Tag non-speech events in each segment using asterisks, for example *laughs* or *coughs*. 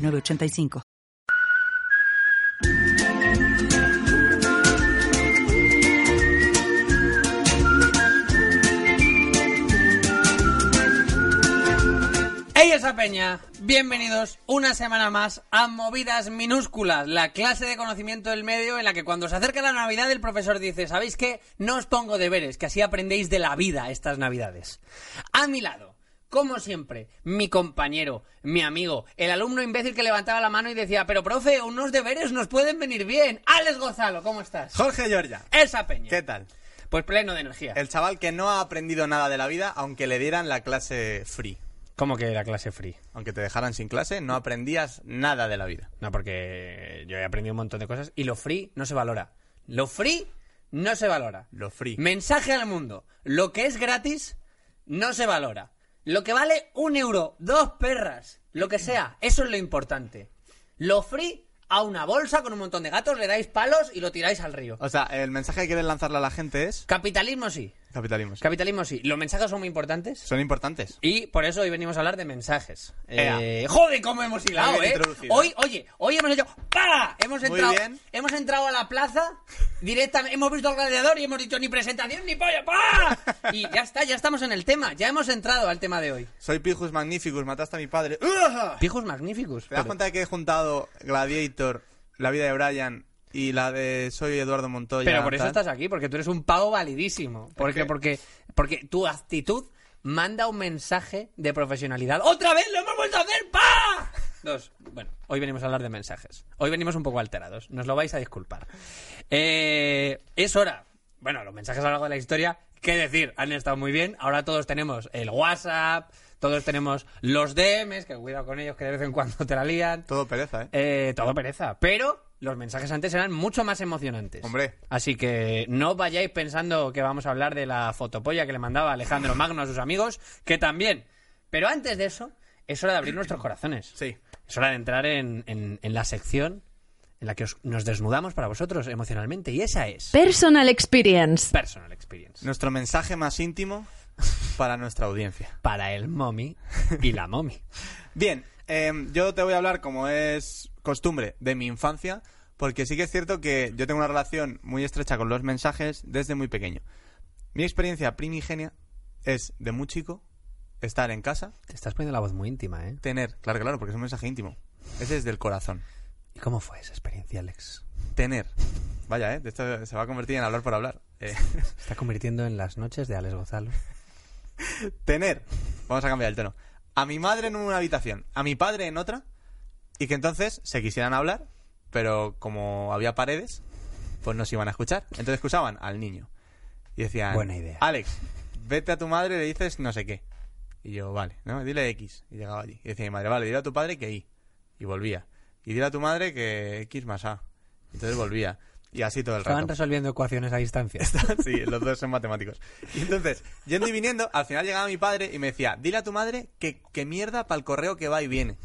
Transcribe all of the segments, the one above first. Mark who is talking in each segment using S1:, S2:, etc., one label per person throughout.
S1: 985.
S2: Hey esa peña, bienvenidos una semana más a Movidas Minúsculas, la clase de conocimiento del medio en la que cuando se acerca la Navidad el profesor dice, ¿sabéis qué? No os pongo deberes, que así aprendéis de la vida estas Navidades. A mi lado, como siempre, mi compañero, mi amigo, el alumno imbécil que levantaba la mano y decía, pero profe, unos deberes nos pueden venir bien. Alex Gonzalo, ¿cómo estás?
S3: Jorge Giorgia.
S2: Elsa Peña.
S3: ¿Qué tal?
S2: Pues pleno de energía.
S3: El chaval que no ha aprendido nada de la vida, aunque le dieran la clase free.
S2: ¿Cómo que la clase free?
S3: Aunque te dejaran sin clase, no aprendías nada de la vida.
S2: No, porque yo he aprendido un montón de cosas y lo free no se valora. Lo free no se valora.
S3: Lo free.
S2: Mensaje al mundo. Lo que es gratis no se valora. Lo que vale un euro, dos perras, lo que sea, eso es lo importante. Lo free a una bolsa con un montón de gatos, le dais palos y lo tiráis al río.
S3: O sea, el mensaje que quieres lanzarle a la gente es...
S2: Capitalismo sí.
S3: Capitalismo. sí.
S2: Capitalismo sí. Los mensajes son muy importantes.
S3: Son importantes.
S2: Y por eso hoy venimos a hablar de mensajes.
S3: Ea.
S2: Eh, joder, cómo hemos hilado,
S3: Muy bien
S2: eh.
S3: introducido.
S2: Hoy, oye, hoy hemos hecho ¡Para! Hemos
S3: Muy
S2: entrado,
S3: bien.
S2: hemos entrado a la plaza directamente, hemos visto al gladiador y hemos dicho ni presentación ni polla,
S3: *laughs*
S2: ¡Para! Y ya está, ya estamos en el tema, ya hemos entrado al tema de hoy.
S3: Soy Pijus Magnificus, mataste a mi padre.
S2: Pijos magníficos.
S3: Ah. ¿Te das cuenta de que he juntado Gladiator, la vida de Brian y la de Soy Eduardo Montoya?
S2: Pero por eso
S3: tal?
S2: estás aquí, porque tú eres un pavo validísimo. Porque,
S3: qué?
S2: porque, porque tu actitud manda un mensaje de profesionalidad. ¡Otra vez lo hemos vuelto a hacer! ¡Pa! Dos. Bueno, hoy venimos a hablar de mensajes. Hoy venimos un poco alterados. Nos lo vais a disculpar. Eh, es hora. Bueno, los mensajes a lo largo de la historia, ¿qué decir? Han estado muy bien. Ahora todos tenemos el WhatsApp, todos tenemos los DMs, que cuidado con ellos, que de vez en cuando te la lían.
S3: Todo pereza, ¿eh?
S2: Eh, todo pereza. Pero los mensajes antes eran mucho más emocionantes.
S3: Hombre.
S2: Así que no vayáis pensando que vamos a hablar de la fotopolla que le mandaba Alejandro Magno a sus amigos, que también. Pero antes de eso, es hora de abrir nuestros corazones.
S3: Sí.
S2: Es hora de entrar en, en- en la sección en la que os- nos desnudamos para vosotros emocionalmente. Y esa es
S4: Personal Experience.
S2: Personal Experience.
S3: Nuestro mensaje más íntimo para nuestra audiencia.
S2: Para el mommy y la mommy.
S3: Bien, em, yo te voy a hablar, como es costumbre, de mi infancia, porque sí que es cierto que yo tengo una relación muy estrecha con los mensajes desde muy pequeño. Mi experiencia primigenia es, de muy chico, estar en casa,
S2: Te estás poniendo la voz muy íntima, ¿eh?
S3: tener, claro, claro, porque es un mensaje íntimo, ese es del corazón,
S2: ¿Y cómo fue esa experiencia, Alex?
S3: tener. Vaya, ¿eh? De esto se va a convertir en hablar por hablar. Eh, *laughs*
S2: Se está convirtiendo en las noches de Alex Gonzalo.
S3: tener, vamos a cambiar el tono, a mi madre en una habitación, a mi padre en otra, y que entonces se quisieran hablar, pero como había paredes, pues no se iban a escuchar. Entonces excusaban al niño. Y decían,
S2: Buena idea.
S3: Alex, vete a tu madre y le dices no sé qué. Y yo, vale, ¿no? Dile X. Y llegaba allí. Y decía mi madre, vale, dile a tu padre que Y. Y volvía. Y dile a tu madre que X más A. Entonces volvía. Y así todo el rato.
S2: Estaban resolviendo ecuaciones a
S3: *laughs*
S2: distancia.
S3: Sí, los dos son matemáticos. Y entonces, yendo y viniendo, al final llegaba mi padre y me decía, dile a tu madre que, que mierda para el correo que va y viene.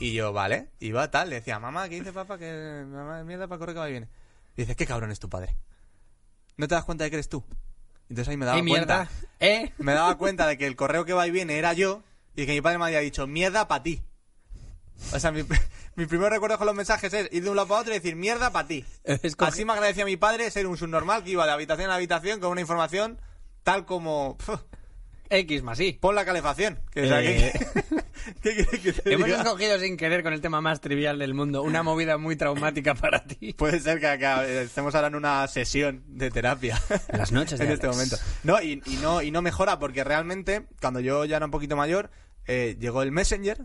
S3: Y yo, vale, iba tal, le decía, mamá, ¿qué dice papá? Que mamá, mierda para el correo que va y viene. Y dices, qué cabrón es tu padre. ¿No te das cuenta de que eres tú? Entonces ahí me daba
S2: ¡Qué mierda!
S3: cuenta.
S2: ¿Eh?
S3: Me daba cuenta de que el correo que va y viene era yo y que mi padre me había dicho, mierda para ti. O sea, mi, *laughs* mi primer recuerdo con los mensajes es ir de un lado para otro y decir mierda para ti.
S2: Es coge-
S3: Así me agradecía a mi padre ser un subnormal que iba de habitación a habitación con una información tal como. pf,
S2: X más
S3: *laughs*
S2: Y.
S3: pon la calefacción. Que, o sea, que-
S2: Eh.
S3: *laughs* ¿Qué quieres que te
S2: Hemos
S3: diga?
S2: escogido sin querer con el tema más trivial del mundo una movida muy traumática para
S3: *laughs*
S2: ti.
S3: Puede ser que acá eh, estemos ahora en una sesión de terapia.
S2: Las
S3: *laughs*
S2: noches de
S3: en este
S2: Alex.
S3: momento. No y, y no, y no mejora porque realmente, cuando yo ya era un poquito mayor, eh, llegó el Messenger,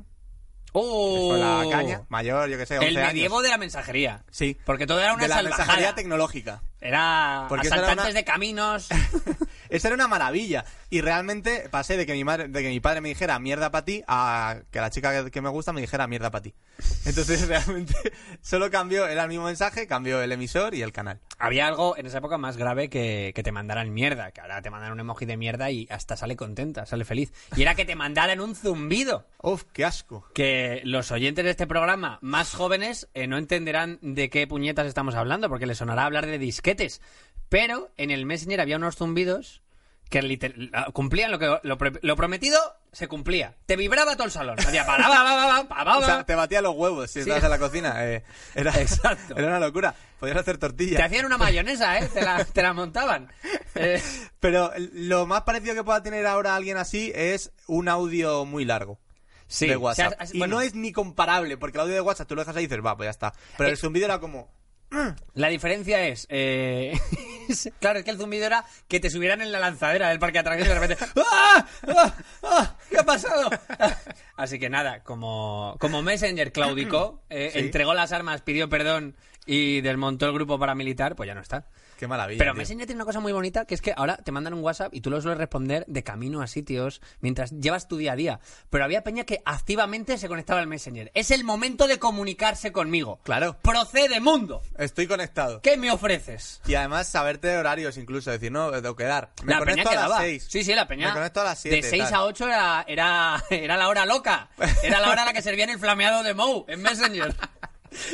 S2: ¡Oh!
S3: con la caña, mayor, yo que sé, 11
S2: El
S3: años.
S2: medievo de la mensajería.
S3: Sí.
S2: Porque todo era una
S3: de la mensajería
S2: salvajada.
S3: tecnológica.
S2: Era
S3: Porque eso era
S2: asaltantes
S3: *laughs* una-
S2: de caminos.
S3: Esa era una maravilla. Y realmente pasé de que mi, madre, de que mi padre me dijera mierda para ti a que la chica que, que me gusta me dijera mierda para ti. *laughs* Entonces realmente *laughs* solo cambió, era el mismo mensaje, cambió el emisor y el canal.
S2: Había algo en esa época más grave que, que te mandaran mierda, que ahora te mandan un emoji de mierda y hasta sale contenta, sale feliz. Y era que te mandaran un zumbido.
S3: Uf, qué asco.
S2: que los oyentes de este programa más jóvenes eh, no entenderán de qué puñetas estamos hablando, porque les sonará hablar de disquetes. Pero en el Messenger había unos zumbidos que liter- ah, cumplían lo que lo, pre- lo prometido se cumplía. Te vibraba todo el salón. Hacía pa, ra, ba, ba, ba, ba, pa, ba,
S3: *laughs* O sea,
S2: ba.
S3: te batía los huevos si
S2: Sí.
S3: estabas en la cocina. eh, era,
S2: *laughs* Exacto.
S3: era una locura. Podías hacer tortillas.
S2: Te hacían una mayonesa, ¿eh? Te la, te la montaban. Eh,
S3: Pero lo más parecido que pueda tener ahora alguien así es un audio muy largo.
S2: sí.
S3: de
S2: O sea,
S3: WhatsApp.
S2: has-
S3: y
S2: bueno,
S3: no es ni comparable, porque el audio de WhatsApp tú lo dejas ahí y dices, va, pues ya está. Pero
S2: Eh,
S3: el zumbido era como,
S2: La diferencia es... eh, *laughs* es- claro, es que el zumbido era que te subieran en la lanzadera del parque de atracciones y de repente... ¡Ah! ¡Ah! ¡Ah! ¿Qué ha pasado? *laughs* Así que nada, como, como Messenger claudicó, eh,
S3: Sí.
S2: entregó las armas, pidió perdón y desmontó el grupo paramilitar, pues ya no está.
S3: *laughs* qué maravilla.
S2: Pero
S3: tío.
S2: Messenger tiene una cosa muy bonita, que es que ahora te mandan un WhatsApp y tú lo sueles responder de camino a sitios mientras llevas tu día a día. Pero había peña que activamente se conectaba al Messenger. Es el momento de comunicarse conmigo.
S3: Claro.
S2: Procede mundo.
S3: Estoy conectado.
S2: ¿Qué me ofreces?
S3: Y además saberte horarios incluso, decir, no, tengo que quedar. Me
S2: la peña
S3: conecto a
S2: quedaba.
S3: las 6.
S2: Sí, sí, la peña.
S3: Me conecto a las 7.
S2: De 6 a 8 era, era, era la hora loca. Era la hora a la que servían el flameado de Mou en
S3: *laughs*
S2: Messenger.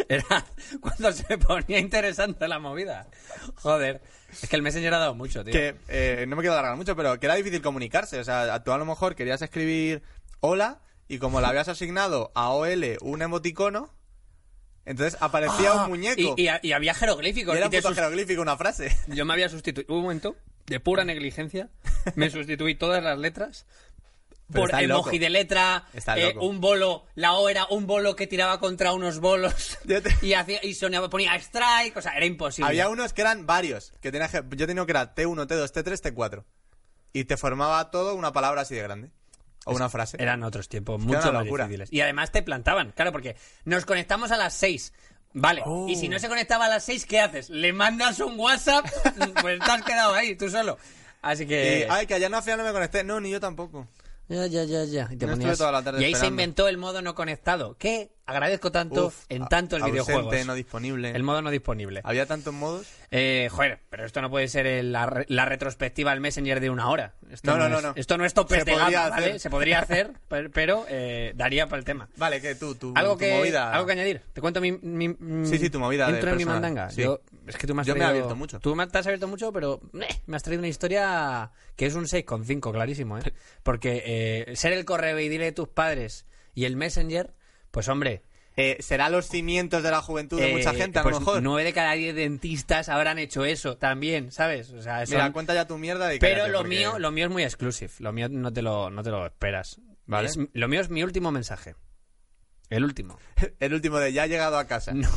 S2: Era cuando se ponía interesante la movida. Joder. Es que el Messenger ha dado mucho, tío.
S3: Que eh, no me quiero alargar mucho, pero que era difícil comunicarse. O sea, tú a lo mejor querías escribir hola y como le habías asignado a OL un emoticono, entonces aparecía
S2: Ah,
S3: un muñeco.
S2: Y, y- y había jeroglíficos.
S3: Y era
S2: y
S3: un
S2: te
S3: puto
S2: sus-
S3: jeroglífico una frase.
S2: *laughs* Yo me había sustituido. Un momento, de pura negligencia, me sustituí todas las letras.
S3: Pero
S2: por
S3: está
S2: emoji
S3: loco.
S2: de letra,
S3: Está
S2: eh,
S3: loco.
S2: un bolo, la O era un bolo que tiraba contra unos bolos
S3: *laughs* Yo te-
S2: y, hacía, y sonaba, ponía strike, o sea, era imposible.
S3: Había unos que eran varios. Que tenía, que- yo tenía que era T1, T2, T3, T4. Y te formaba todo una palabra así de grande. O una frase.
S2: Eran otros tiempos
S3: que era
S2: mucho
S3: una
S2: más
S3: locura.
S2: difíciles. Y además te plantaban, claro, porque nos conectamos a las 6. Vale,
S3: Oh.
S2: y si no se conectaba a las 6, ¿qué haces? ¿Le mandas un WhatsApp? *laughs* pues te has quedado ahí, tú solo. Así que...
S3: Y, ay, que allá no al final no me conecté. No, ni yo tampoco.
S2: Ya, ya, ya, ya. Y, te
S3: No
S2: ponías-
S3: estuve toda la tarde
S2: y ahí se
S3: esperando.
S2: inventó el modo no conectado, que agradezco tanto
S3: Uf,
S2: en
S3: a-
S2: tantos
S3: ausente,
S2: videojuegos.
S3: no disponible.
S2: El modo no disponible.
S3: Había tantos modos.
S2: Eh, joder, pero esto no puede ser el- la, re- la retrospectiva al Messenger de una hora. Esto
S3: No, no, no,
S2: es,
S3: no.
S2: Esto no es topes
S3: Se
S2: de gama,
S3: podría
S2: ¿vale?
S3: hacer.
S2: Se podría
S3: *laughs*
S2: hacer, per- pero eh, daría para el tema.
S3: Vale, que tú, tu,
S2: Algo
S3: tu
S2: que,
S3: movida.
S2: algo que añadir. Te cuento mi, mi- mi-
S3: Sí, sí, tu movida de
S2: Entro en mi
S3: personal.
S2: mandanga.
S3: Sí.
S2: Yo, es que tú me has
S3: Yo me he
S2: traído-
S3: abierto mucho.
S2: Tú me te has abierto mucho, pero meh, me has traído una historia que es un 6,5, clarísimo,
S3: *laughs*
S2: ¿eh? Porque eh, ser el correo y de tus padres y el messenger, pues hombre...
S3: Eh, Será los cimientos de la juventud de
S2: eh,
S3: mucha gente, a
S2: pues
S3: lo mejor.
S2: nueve de cada diez dentistas habrán hecho eso también, ¿sabes? O sea,
S3: Mira,
S2: son-
S3: cuenta ya tu mierda y
S2: pero
S3: cállate,
S2: lo
S3: porque-
S2: mío, lo mío es muy exclusive. Lo mío no te lo, no te lo esperas.
S3: Vale.
S2: Es- lo mío es mi último mensaje. El último.
S3: *laughs* El último de ya ha llegado a casa.
S2: No,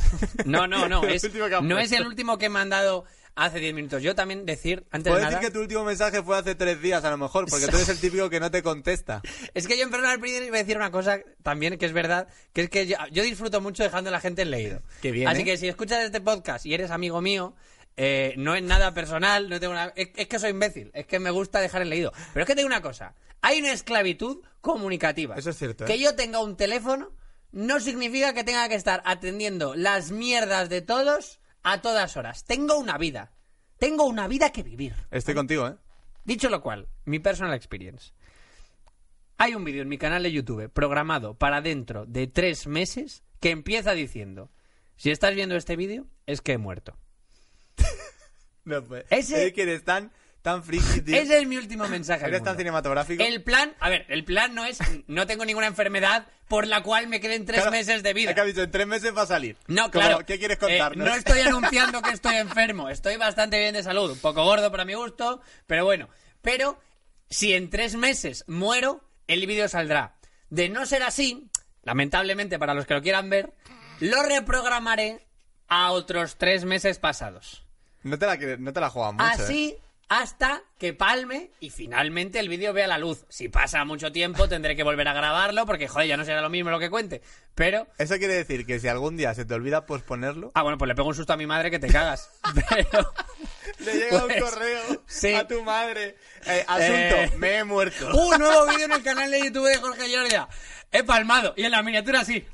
S2: no, no. no,
S3: *laughs* El
S2: es,
S3: último que han
S2: no es
S3: puesto.
S2: el último que he mandado hace 10 minutos. Yo también decir, antes
S3: Puedo
S2: de
S3: decir
S2: nada...
S3: que tu último mensaje fue hace tres días, a lo mejor, porque tú eres el típico que no te contesta.
S2: Es que yo en personal y voy a decir una cosa también que es verdad, que es que yo, yo disfruto mucho dejando a la gente en leído.
S3: Qué bien,
S2: Así
S3: ¿eh?
S2: que si escuchas este podcast y eres amigo mío, eh, no es nada personal, no tengo nada- es, es que soy imbécil, es que me gusta dejar en leído. Pero es que te digo una cosa, hay una esclavitud comunicativa.
S3: Eso es cierto, ¿eh?
S2: Que yo tenga un teléfono no significa que tenga que estar atendiendo las mierdas de todos a todas horas. Tengo una vida. Tengo una vida que vivir.
S3: Estoy contigo, ¿eh?
S2: Dicho lo cual, mi personal experience. Hay un vídeo en mi canal de YouTube programado para dentro de tres meses que empieza diciendo: Si estás viendo este vídeo, es que he muerto.
S3: No, pues.
S2: Ese-
S3: Es que eres tan, tan friki, tío.
S2: Ese es mi último mensaje. al
S3: Eres tan
S2: mundo.
S3: cinematográfico.
S2: El plan, a ver, el plan no es: No tengo ninguna enfermedad por la cual me queden tres
S3: Claro,
S2: meses de vida.
S3: Es que has dicho, en tres meses va a salir.
S2: No,
S3: Como,
S2: claro.
S3: ¿Qué quieres
S2: Eh,
S3: contarnos?
S2: no estoy anunciando que estoy enfermo. Estoy bastante bien de salud. Un poco gordo para mi gusto, pero bueno. Pero si en tres meses muero, el vídeo saldrá. De no ser así, lamentablemente para los que lo quieran ver, lo reprogramaré a otros tres meses pasados. Ah,
S3: No te la, cre- no te la juegas mucho. ¿eh?
S2: así hasta que palme y finalmente el vídeo vea la luz. Si pasa mucho tiempo tendré que volver a grabarlo porque, joder, ya no será lo mismo lo que cuente. Pero...
S3: Eso quiere decir que si algún día se te olvida
S2: *laughs*
S3: posponerlo,
S2: Ah, bueno, pues le pego un susto a mi madre que te cagas. *laughs* Pero...
S3: le llega
S2: Pues,
S3: un correo
S2: sí.
S3: a tu madre. Eh, asunto,
S2: Eh.
S3: me he muerto.
S2: Un nuevo vídeo en el canal de YouTube de Jorge Llordia. He palmado. Y en la miniatura sí.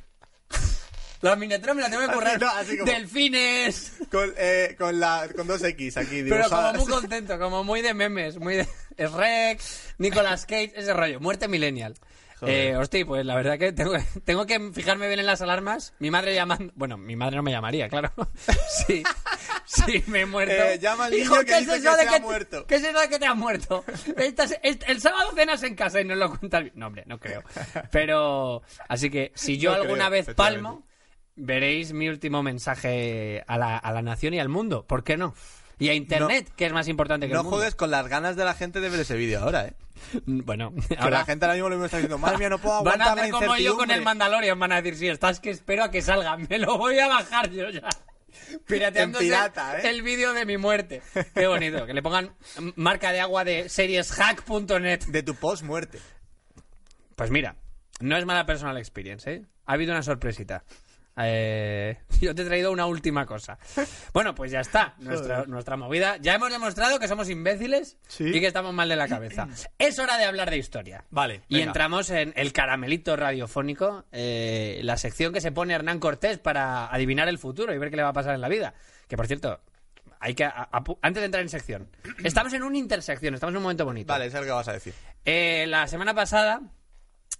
S2: La miniatura me la tengo que
S3: Así,
S2: currar.
S3: no, así como-
S2: Delfines.
S3: Con, eh, con, la, con dos X aquí
S2: Pero como
S3: dibujadas.
S2: muy contento, como muy de memes, muy de es Rex, Nicolas Cage, ese rollo. Muerte millennial.
S3: Joder.
S2: Eh, hostia, pues la verdad que tengo, *laughs* tengo que fijarme bien en las alarmas. Mi madre llamando. Bueno, mi madre no me llamaría, claro. *laughs* Sí, sí, me he muerto.
S3: Eh, llama al
S2: Hijo,
S3: niño que
S2: ¿qué es
S3: dice
S2: eso
S3: que
S2: de
S3: se ha
S2: te-
S3: muerto?
S2: ¿Qué es eso de que te has muerto? Estás- est- el sábado cenas en casa y no lo cuentas bien. No, hombre, no creo. Pero, así que si yo
S3: No
S2: alguna
S3: creo,
S2: vez
S3: efectivamente.
S2: palmo, veréis mi último mensaje a la, a la nación y al mundo. ¿Por qué no? Y a Internet, que es más importante que
S3: *laughs* No
S2: el mundo. *laughs* Mm,
S3: juegues con las ganas de la gente de ver ese vídeo ahora, ¿eh?
S2: Bueno,
S3: Que
S2: ahora
S3: la gente ahora mismo lo mismo está diciendo, madre mía, no puedo aguantar
S2: *laughs* van a hacer
S3: la
S2: como yo con el
S3: incertidumbre".
S2: Mandalorian. Van a decir, sí, estás que espero a que salga. *laughs* Me lo voy a bajar yo
S3: *laughs*
S2: ya. Pirateándose
S3: En pirata, ¿eh?
S2: el vídeo de mi muerte. Qué bonito. Que le pongan marca de agua de serieshack.net.
S3: De tu post muerte.
S2: Pues mira, no es mala personal experience, ¿eh? Ha habido una sorpresita. Eh, *laughs* yo te he traído una última cosa. Bueno, pues ya está, nuestra,
S3: Joder.
S2: nuestra movida. Ya hemos demostrado que somos imbéciles
S3: Sí.
S2: y que estamos mal de la
S3: *clears throat*
S2: cabeza. Es hora de hablar de historia.
S3: Vale,
S2: Y
S3: venga.
S2: entramos en el caramelito radiofónico, eh, la sección que se pone Hernán Cortés para adivinar el futuro y ver qué le va a pasar en la vida. Que por cierto, hay que a- apu- antes de entrar en sección, *clears throat* estamos en una intersección, estamos en un momento bonito.
S3: Vale, eso es lo que vas a decir.
S2: Eh, la semana pasada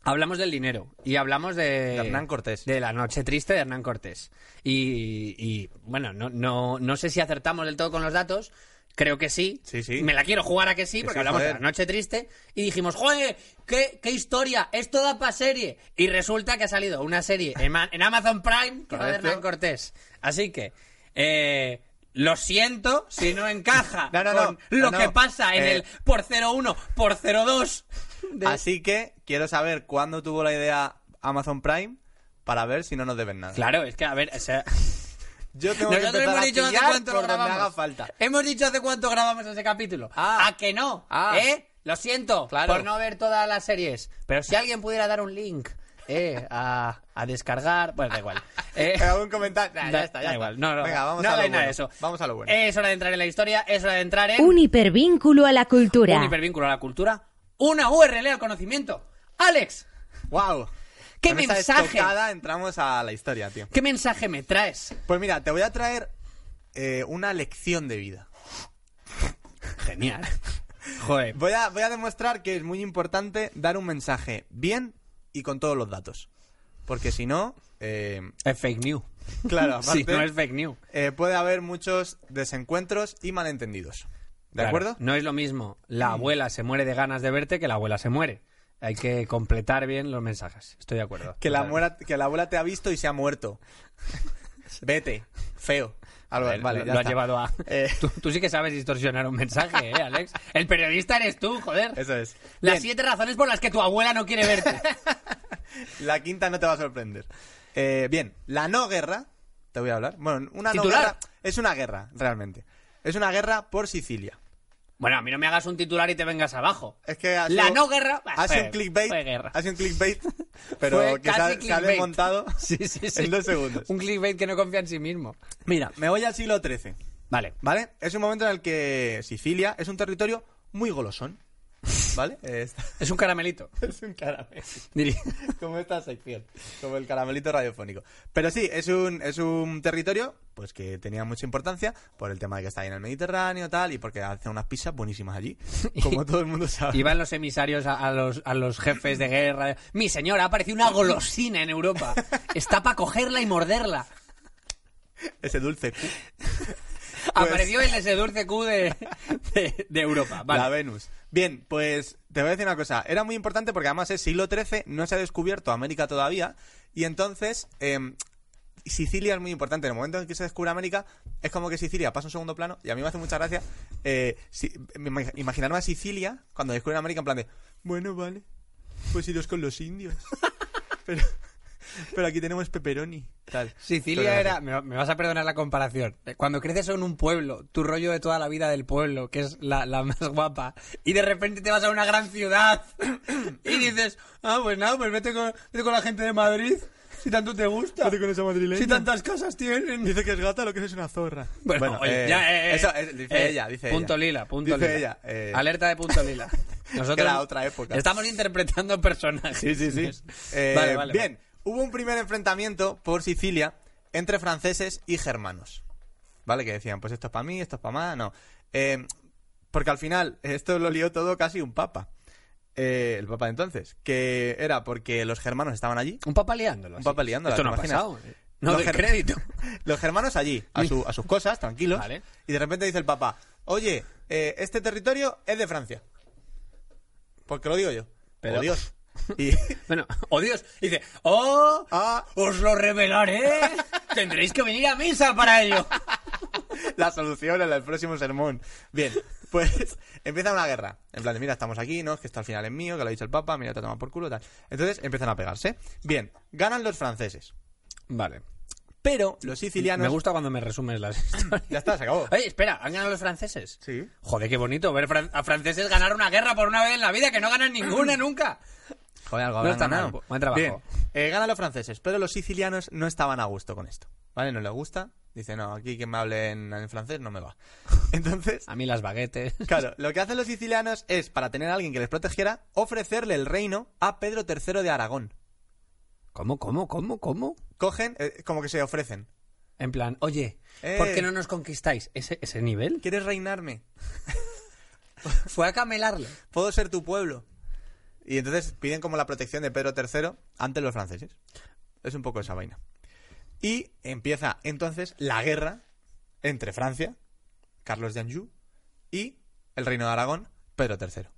S2: hablamos del dinero y hablamos de,
S3: De Hernán Cortés.
S2: De la noche triste de Hernán Cortés. Y, y, bueno, no, no, no sé si acertamos del todo con los datos. Creo que sí.
S3: Sí, sí.
S2: Me la quiero jugar a que sí, porque
S3: sí,
S2: hablamos de
S3: joder.
S2: la noche triste. Y dijimos, joder, qué, qué historia, esto da para serie. Y resulta que ha salido una serie en, ma- en Amazon Prime que va de
S3: Correcto.
S2: Hernán Cortés. Así que, eh, lo siento si no encaja
S3: No, no, no,
S2: con lo
S3: no, no.
S2: que pasa en
S3: Eh,
S2: el por 01, por 02. de-
S3: Así que quiero saber cuándo tuvo la idea Amazon Prime para ver si no nos deben nada.
S2: Claro, es que a ver, o *laughs* sea,
S3: Yo tengo que
S2: nosotros
S3: empezar
S2: hemos
S3: a
S2: dicho hace
S3: pillar
S2: cuánto lo
S3: por donde
S2: grabamos.
S3: haga falta.
S2: Hemos dicho hace cuánto grabamos ese capítulo.
S3: Ah.
S2: a que no,
S3: Ah.
S2: ¿eh? Lo siento
S3: Claro.
S2: por no ver todas las series, pero si alguien pudiera dar un link eh, a, a descargar, bueno, da
S3: *laughs*
S2: igual. Eh,
S3: ¿Algún comentario?
S2: *laughs*
S3: Nah,
S2: da-
S3: Ah, ya está, ya
S2: da
S3: está.
S2: igual. No, no,
S3: Venga, vamos
S2: no
S3: a lo
S2: de nada
S3: bueno.
S2: de eso. Eh,
S3: Vamos a lo bueno.
S2: Es hora de entrar en la historia, es hora de entrar en
S4: Un hipervínculo a la cultura.
S2: un hipervínculo a la cultura, una URL al conocimiento. Alex,
S3: ¡Wow!
S2: ¿Qué
S3: Con esta
S2: mensaje?
S3: estocada entramos a la historia, tío.
S2: ¿qué mensaje me traes?
S3: Pues mira, te voy a traer eh, una lección de vida. *laughs*
S2: Genial. Joder.
S3: Voy a, voy a demostrar que es muy importante dar un mensaje bien y con todos los datos. Porque si no, eh,
S2: Es fake news.
S3: claro,
S2: *laughs*
S3: aparte,
S2: Sí, no es fake news.
S3: eh, puede haber muchos desencuentros y malentendidos. ¿De
S2: Claro,
S3: acuerdo? Mm.
S2: No es lo mismo la abuela se muere de ganas de verte que la abuela se muere. Hay que completar bien los mensajes. Estoy de acuerdo.
S3: Que la,
S2: Totalmente.
S3: muera- que la abuela te ha visto y se
S2: *laughs*
S3: ha muerto. Vete, feo. Algo-
S2: Vale,
S3: vale,
S2: lo,
S3: ya
S2: lo has
S3: está.
S2: llevado a...
S3: *laughs* Eh.
S2: Tú, tú sí que sabes distorsionar un mensaje, ¿eh, Alex? El periodista eres tú, joder.
S3: Eso es.
S2: Las
S3: Bien.
S2: siete razones por las que tu abuela no quiere verte.
S3: *laughs* La quinta no te va a sorprender. Eh, bien, la no guerra, te voy a hablar. Bueno, una no
S2: Titular.
S3: guerra es una guerra, realmente. Es una guerra por Sicilia.
S2: bueno, a mí no me hagas un titular y te vengas abajo.
S3: Es que ha
S2: La
S3: sido-
S2: no guerra... Ah,
S3: Ha sido un clickbait.
S2: Fue guerra.
S3: Ha sido un
S2: *laughs*
S3: clickbait, pero
S2: Fue
S3: que se ha,
S2: casi
S3: se ha
S2: clickbait.
S3: desmontado
S2: *laughs* Sí, sí, sí.
S3: en dos segundos.
S2: Un clickbait que no confía en sí mismo.
S3: Mira, me voy al siglo XIII,
S2: Vale.
S3: ¿vale? Es un momento en el que Sicilia es un territorio muy golosón, ¿vale? *laughs* Eh, está-
S2: Es un caramelito.
S3: es un caramelo.
S2: *laughs* diría.
S3: como esta sección, como el caramelito radiofónico. Pero sí, es un, es un territorio pues que tenía mucha importancia por el tema de que está ahí en el Mediterráneo tal y porque hace unas pizzas buenísimas allí, como todo el mundo sabe.
S2: Iban los emisarios a, a los, a los jefes de guerra. Mi señora, ha aparecido una golosina en Europa. Está para cogerla y morderla.
S3: Ese dulce. Pues
S2: Apareció el ese dulce Q de, de- de Europa. Vale.
S3: La Venus. Bien, pues te voy a decir una cosa. Era muy importante porque además es siglo XIII, no se ha descubierto América todavía. Y entonces, em, Sicilia es muy importante. En el momento en que se descubre América, es como que Sicilia pasa a un segundo plano. Y a mí me hace mucha gracia eh, si- me ima- imaginarme a Sicilia cuando descubren América en plan de, bueno, vale, pues iros con los indios. *laughs* Pero Pero aquí tenemos pepperoni. Tal.
S2: Sicilia
S3: Pero-
S2: era, me, me vas a perdonar la comparación. Cuando creces en un pueblo, tu rollo de toda la vida del pueblo, que es la, la más guapa, y de repente te vas a una gran ciudad y dices, ah, pues nada, pues vete con, vete con la gente de Madrid, si tanto te gusta,
S3: Vete con esa madrileña.
S2: si tantas casas tienen.
S3: *laughs* Dice que es gata, lo que es una zorra.
S2: Bueno, oye,
S3: eh,
S2: ya, eh, eh,
S3: eso es- dice
S2: eh,
S3: ella, dice
S2: Punto
S3: ella.
S2: lila, punto
S3: Dice
S2: lila.
S3: ella, eh,
S2: Alerta de punto lila. Nosotros
S3: *laughs* Que era otra época.
S2: Estamos interpretando personajes.
S3: Sí, sí, sí. Eh,
S2: *laughs* Vale, vale,
S3: bien, hubo un primer enfrentamiento por Sicilia entre franceses y germanos. ¿Vale? Que decían, pues esto es para mí, esto es para más. No. Eh, porque al final, esto lo lió todo casi un papa. Eh, el papa de entonces. Que era porque los germanos estaban allí.
S2: Un papa liándolo.
S3: Un
S2: sí.
S3: papa liándola,
S2: Esto no
S3: ¿te
S2: ha
S3: imaginas?
S2: pasado. eh. No,
S3: Los
S2: de
S3: ger- *laughs*
S2: crédito.
S3: Los germanos allí, a, su- a sus cosas, tranquilos.
S2: Vale.
S3: Y de repente dice el papa, oye, eh, este territorio es de Francia. Porque lo digo yo.
S2: Pero- *laughs*
S3: Pero... Dios. Y, *laughs*
S2: Bueno, oh Dios. Dice, oh,
S3: Ah.
S2: os lo
S3: *laughs*
S2: revelaré. Tendréis que venir a misa para ello.
S3: la solución en el próximo sermón. Bien, pues *laughs* empieza una guerra. En plan, de, mira, estamos aquí, no, es que esto al final es mío, que lo ha dicho el Papa, mira, te toma por culo, tal. Entonces empiezan a pegarse. Bien, ganan los franceses.
S2: Vale.
S3: Pero los sicilianos.
S2: Me gusta cuando me resumes las historias.
S3: Ya está, se acabó.
S2: *laughs* Oye, espera, ¿han ganado los franceses?
S3: Sí.
S2: Joder, qué bonito ver fran- a franceses ganar una guerra por una vez en la vida, que no ganan
S3: *clears throat*
S2: ninguna nunca.
S3: Joder, algo
S2: No
S3: habrán
S2: está mal,
S3: ganado.
S2: bu- buen trabajo.
S3: Bien, eh, ganan los franceses, pero los sicilianos no estaban a gusto con esto. ¿Vale? No les gusta. Dice, no, aquí quien me hable en- en francés no me va. *laughs* Entonces,
S2: A mí las baguetes. *laughs*
S3: Claro, lo que hacen los sicilianos es, para tener a alguien que les protegiera, ofrecerle el reino a Pedro III de Aragón.
S2: ¿Cómo, cómo, cómo, cómo?
S3: Cogen, eh, como que se ofrecen.
S2: En plan, oye,
S3: Eh.
S2: ¿por qué no nos conquistáis ese, ese nivel?
S3: ¿Quieres reinarme?
S2: *laughs* Fue a camelarle.
S3: ¿Puedo ser tu pueblo? Y entonces piden como la protección de Pedro III ante los franceses. Es un poco esa vaina. Y empieza entonces la guerra entre Francia, Carlos de Anjou, y el reino de Aragón, Pedro III.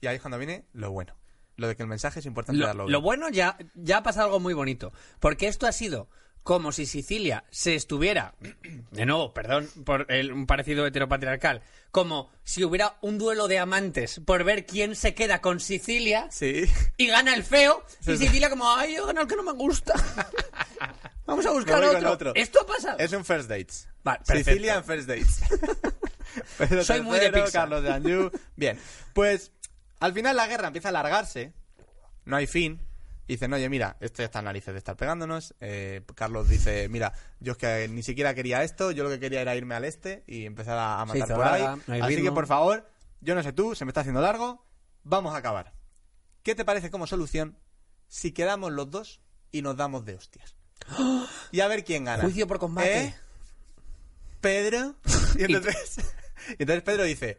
S3: Y ahí es cuando viene lo bueno. Lo de que el mensaje es importante
S2: Lo,
S3: darlo
S2: lo
S3: bien.
S2: bueno ya, ya ha pasado algo muy bonito, porque esto ha sido como si Sicilia se estuviera, *clears throat* de nuevo, perdón por el, un parecido heteropatriarcal, como si hubiera un duelo de amantes por ver quién se queda con Sicilia
S3: Sí.
S2: y gana el feo, y
S3: Sí, sí.
S2: Sicilia como, ay, yo gano el que no me gusta. Vamos a buscar
S3: voy con
S2: otro.
S3: otro.
S2: Esto ha pasado.
S3: Es un first dates.
S2: Vale, perfecto.
S3: Sicilia en first dates.
S2: *laughs*
S3: *laughs* Pedro
S2: Soy muy de
S3: III,
S2: pizza.
S3: Carlos de Anjou. Bien, pues al final la guerra empieza a alargarse. No hay fin. Y dicen, oye, mira, esto ya está en narices de estar pegándonos. Eh, Carlos dice, mira, yo es que ni siquiera quería esto. Yo lo que quería era irme al este y empezar a
S2: Se
S3: a matar
S2: hizo
S3: por
S2: larga,
S3: ahí.
S2: no hay
S3: Así
S2: ritmo.
S3: que, por favor, yo no sé tú, se me está haciendo largo. Vamos a acabar. ¿Qué te parece como solución si quedamos los dos y nos damos
S2: *gasps*
S3: de hostias? Y a ver quién
S2: *laughs*
S3: gana.
S2: Juicio por combate.
S3: ¿Eh? Pedro. *laughs*
S2: *laughs*
S3: Y entonces, *laughs* y entonces Pedro dice,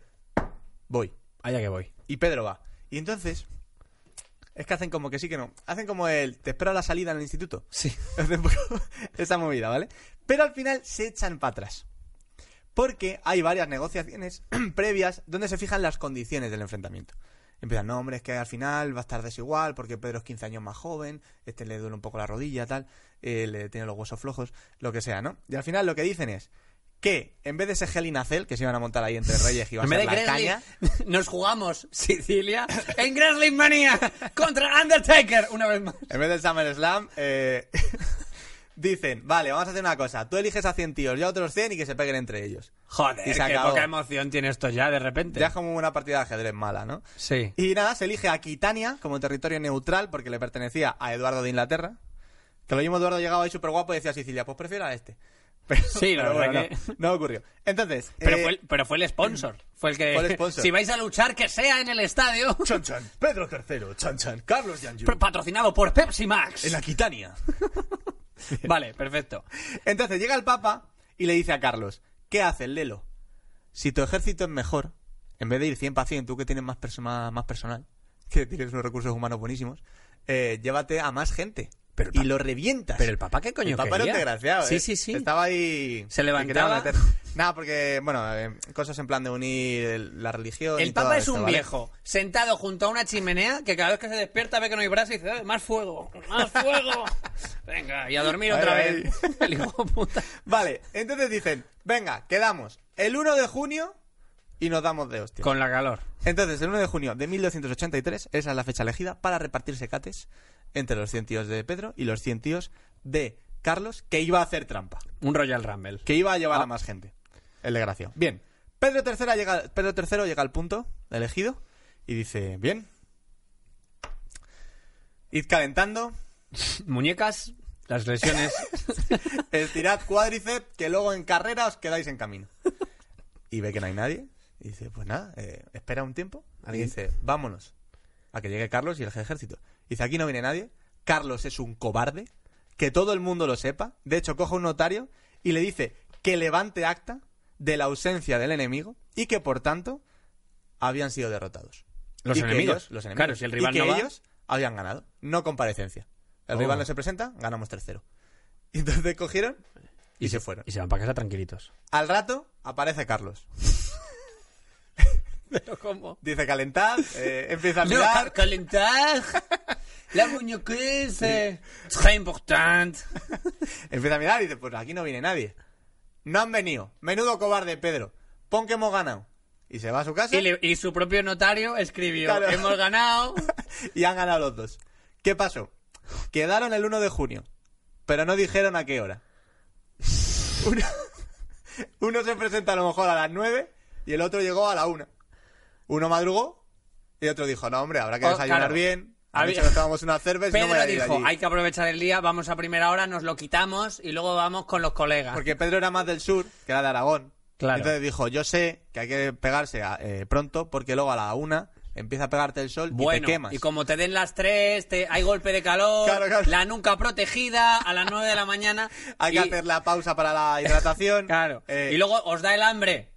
S3: voy.
S2: Allá que voy.
S3: Y Pedro va. Y entonces, es que hacen como que sí que no. Hacen como el, te espero a la salida en el instituto.
S2: Sí.
S3: *laughs* Hacen poco esa movida, ¿vale? Pero al final se echan para atrás. Porque hay varias negociaciones *clears throat* previas donde se fijan las condiciones del enfrentamiento. Empiezan, no, hombre, es que al final va a estar desigual porque Pedro es 15 años más joven, este le duele un poco la rodilla, tal, eh, le tiene los huesos flojos, lo que sea, ¿no? Y al final lo que dicen es que en vez de ese gel y nacel que se iban a montar ahí entre reyes y iban a
S2: En vez
S3: ser
S2: de
S3: la
S2: Grizzly,
S3: caña,
S2: *laughs* nos jugamos Sicilia en Grizzly Mania *laughs* contra Undertaker una vez más.
S3: En vez del SummerSlam, eh, *laughs* dicen, vale, vamos a hacer una cosa. Tú eliges a 100 tíos, yo a otros 100 y que se peguen entre ellos.
S2: Joder,
S3: Y se
S2: qué
S3: acabó.
S2: poca emoción tiene esto ya de repente.
S3: Ya es como una partida de ajedrez mala, ¿no?
S2: Sí.
S3: Y nada, se elige a Quitania como territorio neutral porque le pertenecía a Eduardo de Inglaterra. Que lo mismo Eduardo llegaba ahí súper guapo y decía a Sicilia, pues prefiero a este. *laughs* Pero,
S2: Sí, la
S3: pero
S2: verdad
S3: bueno,
S2: que-
S3: no, no ocurrió. Entonces,
S2: Pero,
S3: eh,
S2: fue el, pero fue el sponsor. Fue el que.
S3: Fue el
S2: *laughs*
S3: sponsor.
S2: Si vais a luchar, que sea en el *laughs* estadio.
S3: Chan Chan, Pedro III, Chan Chan, Carlos de Anjou,
S2: pero pues, Patrocinado por Pepsi Max.
S3: en Aquitania.
S2: Vale, perfecto.
S3: Entonces llega el Papa y le dice a Carlos, ¿qué haces, Lelo? Si tu ejército es mejor, en vez de ir 100 para 100, tú que tienes más, perso- más- más personal, que tienes unos recursos humanos buenísimos, eh, llévate a más gente
S2: Pero el
S3: y
S2: pa-
S3: lo revientas.
S2: pero el papá, ¿qué coño
S3: El papá era
S2: quería?
S3: un desgraciado,
S2: Sí,
S3: ¿eh?
S2: sí, sí.
S3: Estaba ahí...
S2: Se
S3: le quería
S2: levantaba.
S3: meter- Nada, porque, bueno, eh, cosas en plan de unir el- la religión y
S2: El
S3: todo
S2: Papa es
S3: esto,
S2: un
S3: ¿vale?
S2: viejo sentado junto a una chimenea que cada vez que se despierta ve que no hay brasa y dice: "Eh, Más fuego, más *laughs* fuego. Venga, y a dormir otra
S3: Ay,
S2: vez. *laughs* El hijo de puta.
S3: Vale, entonces dicen, venga, quedamos el 1 de junio y nos damos de hostia.
S2: Con la calor.
S3: Entonces, el 1 de junio de 1283, esa es la fecha elegida para repartirse cates entre los 100 tíos de Pedro y los 100 tíos de Carlos, que iba a hacer trampa,
S2: Un Royal Rumble.
S3: que iba a llevar a más gente. El desgraciado. Bien, Pedro III, llega, Pedro III llega al punto elegido y dice, bien, id calentando,
S2: *laughs* Muñecas, las lesiones.
S3: estirad cuádriceps, que luego en carrera os quedáis en camino. Y ve que no hay nadie. Y dice, pues nada, eh, espera un tiempo. Y
S2: ¿Alguien?
S3: dice, vámonos. A que llegue Carlos y el jefe de ejército. Y dice, aquí no viene nadie. Carlos es un cobarde. Que todo el mundo lo sepa. De hecho, coge un notario y le dice que levante acta de la ausencia del enemigo y que, por tanto, habían sido derrotados.
S2: Los
S3: Y que
S2: enemigos.
S3: ellos- los enemigos.
S2: Claro, si el rival
S3: y que
S2: no va-
S3: ellos habían ganado. No comparecencia. El
S2: Oh.
S3: rival no se presenta, ganamos 3-0. Y Entonces cogieron y se fueron.
S2: y se van para casa
S3: *laughs*
S2: tranquilitos.
S3: Al rato aparece Carlos.
S2: Pero ¿cómo?
S3: Dice calentad,
S2: *laughs*
S3: eh, empieza a
S2: No,
S3: mirar. *laughs*
S2: calentar. La muñequez. eh, Très importante.
S3: Empieza a mirar y dice, pues aquí no viene nadie. No han venido. Menudo cobarde, Pedro. Pon que hemos ganado. Y se va a su casa
S2: Y,
S3: y,
S2: le- y su propio notario escribió:
S3: Claro.
S2: Hemos
S3: *laughs*
S2: ganado.
S3: han ganado los dos. ¿Qué pasó? Quedaron el 1 de junio, pero no dijeron a
S2: *laughs*
S3: qué hora. Uno, uno se presenta a lo mejor a las 9 y el otro llegó a la 1. Uno madrugó y otro dijo, no hombre, habrá que
S2: Oh,
S3: desayunar
S2: claro.
S3: bien.
S2: Había-
S3: Anoche nos tomamos una cerveza y no
S2: Pedro
S3: voy a ir
S2: dijo:
S3: allí".
S2: Hay que aprovechar el día, vamos a primera hora, nos lo quitamos y luego vamos con los colegas.
S3: Porque Pedro era más del sur, que era de Aragón.
S2: Claro.
S3: Entonces dijo, yo sé que hay que pegarse a- eh, pronto porque luego a la una empieza a pegarte el sol y
S2: Bueno,
S3: te quemas.
S2: y como te den las 3, te, hay golpe de calor,
S3: Claro, claro.
S2: la nuca protegida a las 9 de la mañana.
S3: Hay
S2: y-
S3: que hacer la pausa para la hidratación.
S2: *laughs* Claro.
S3: Eh,
S2: y luego os da el hambre.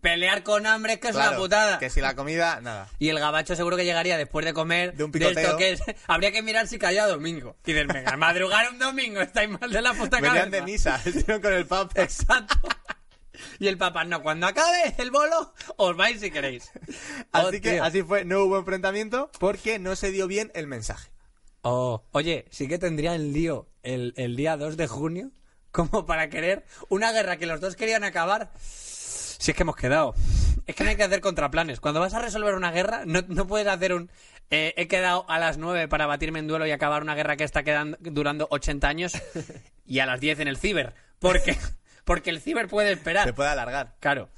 S2: Pelear con hambre es que es
S3: claro,
S2: una putada.
S3: Que si la comida, nada.
S2: Y el gabacho seguro que llegaría después de comer.
S3: De un
S2: esto
S3: picoteo.
S2: que es- *laughs* habría que mirar si caía domingo. Y del venga, madrugar un domingo, estáis mal de la puta cabeza.
S3: Venían de misa, *laughs* estuvieron con el pub.
S2: Exacto. *laughs* Y el papá, no, cuando acabe el bolo, os vais si queréis.
S3: Así que
S2: Hostia.
S3: así fue, no hubo enfrentamiento porque no se dio bien el mensaje.
S2: Oh, oye, sí que tendrían lío el, el día 2 de junio *laughs* como para querer una guerra que los dos querían acabar. Si es que hemos quedado. Es que no hay que hacer contraplanes. Cuando vas a resolver una guerra, no, no puedes hacer un... eh, he quedado a las 9 para batirme en duelo y acabar una guerra que está quedan- durando 80 *laughs* años y a las 10 en el ciber. *laughs* Porque, porque el ciber puede
S3: Se
S2: esperar.
S3: puede alargar.
S2: Claro.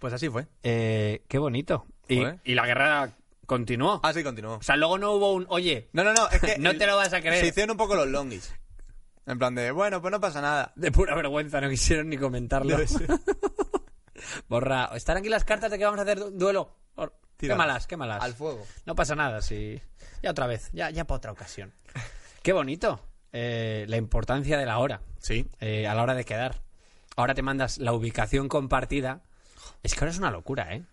S3: Pues así fue.
S2: Eh, qué bonito. Y,
S3: Joder.
S2: y la guerra continuó.
S3: Así Ah, continuó.
S2: O sea, luego no hubo un... Oye,
S3: No, no, no, es
S2: *laughs*
S3: que.
S2: No te lo vas a creer.
S3: Se hicieron un poco los longis. En plan de, bueno, pues no pasa nada.
S2: De pura vergüenza, no quisieron ni comentarlo.
S3: Debe ser.
S2: *laughs* Borra. Están aquí las cartas de que vamos a hacer du- duelo. Or- Qué
S3: Tíralas.
S2: malas, qué malas.
S3: Al fuego.
S2: No pasa nada, si. Ya otra vez, ya, ya para otra
S3: *laughs*
S2: ocasión. Qué bonito. eh, la importancia de la hora.
S3: Sí.
S2: eh, a la hora de quedar. Ahora te mandas la ubicación compartida. Es que ahora es una locura, ¿eh?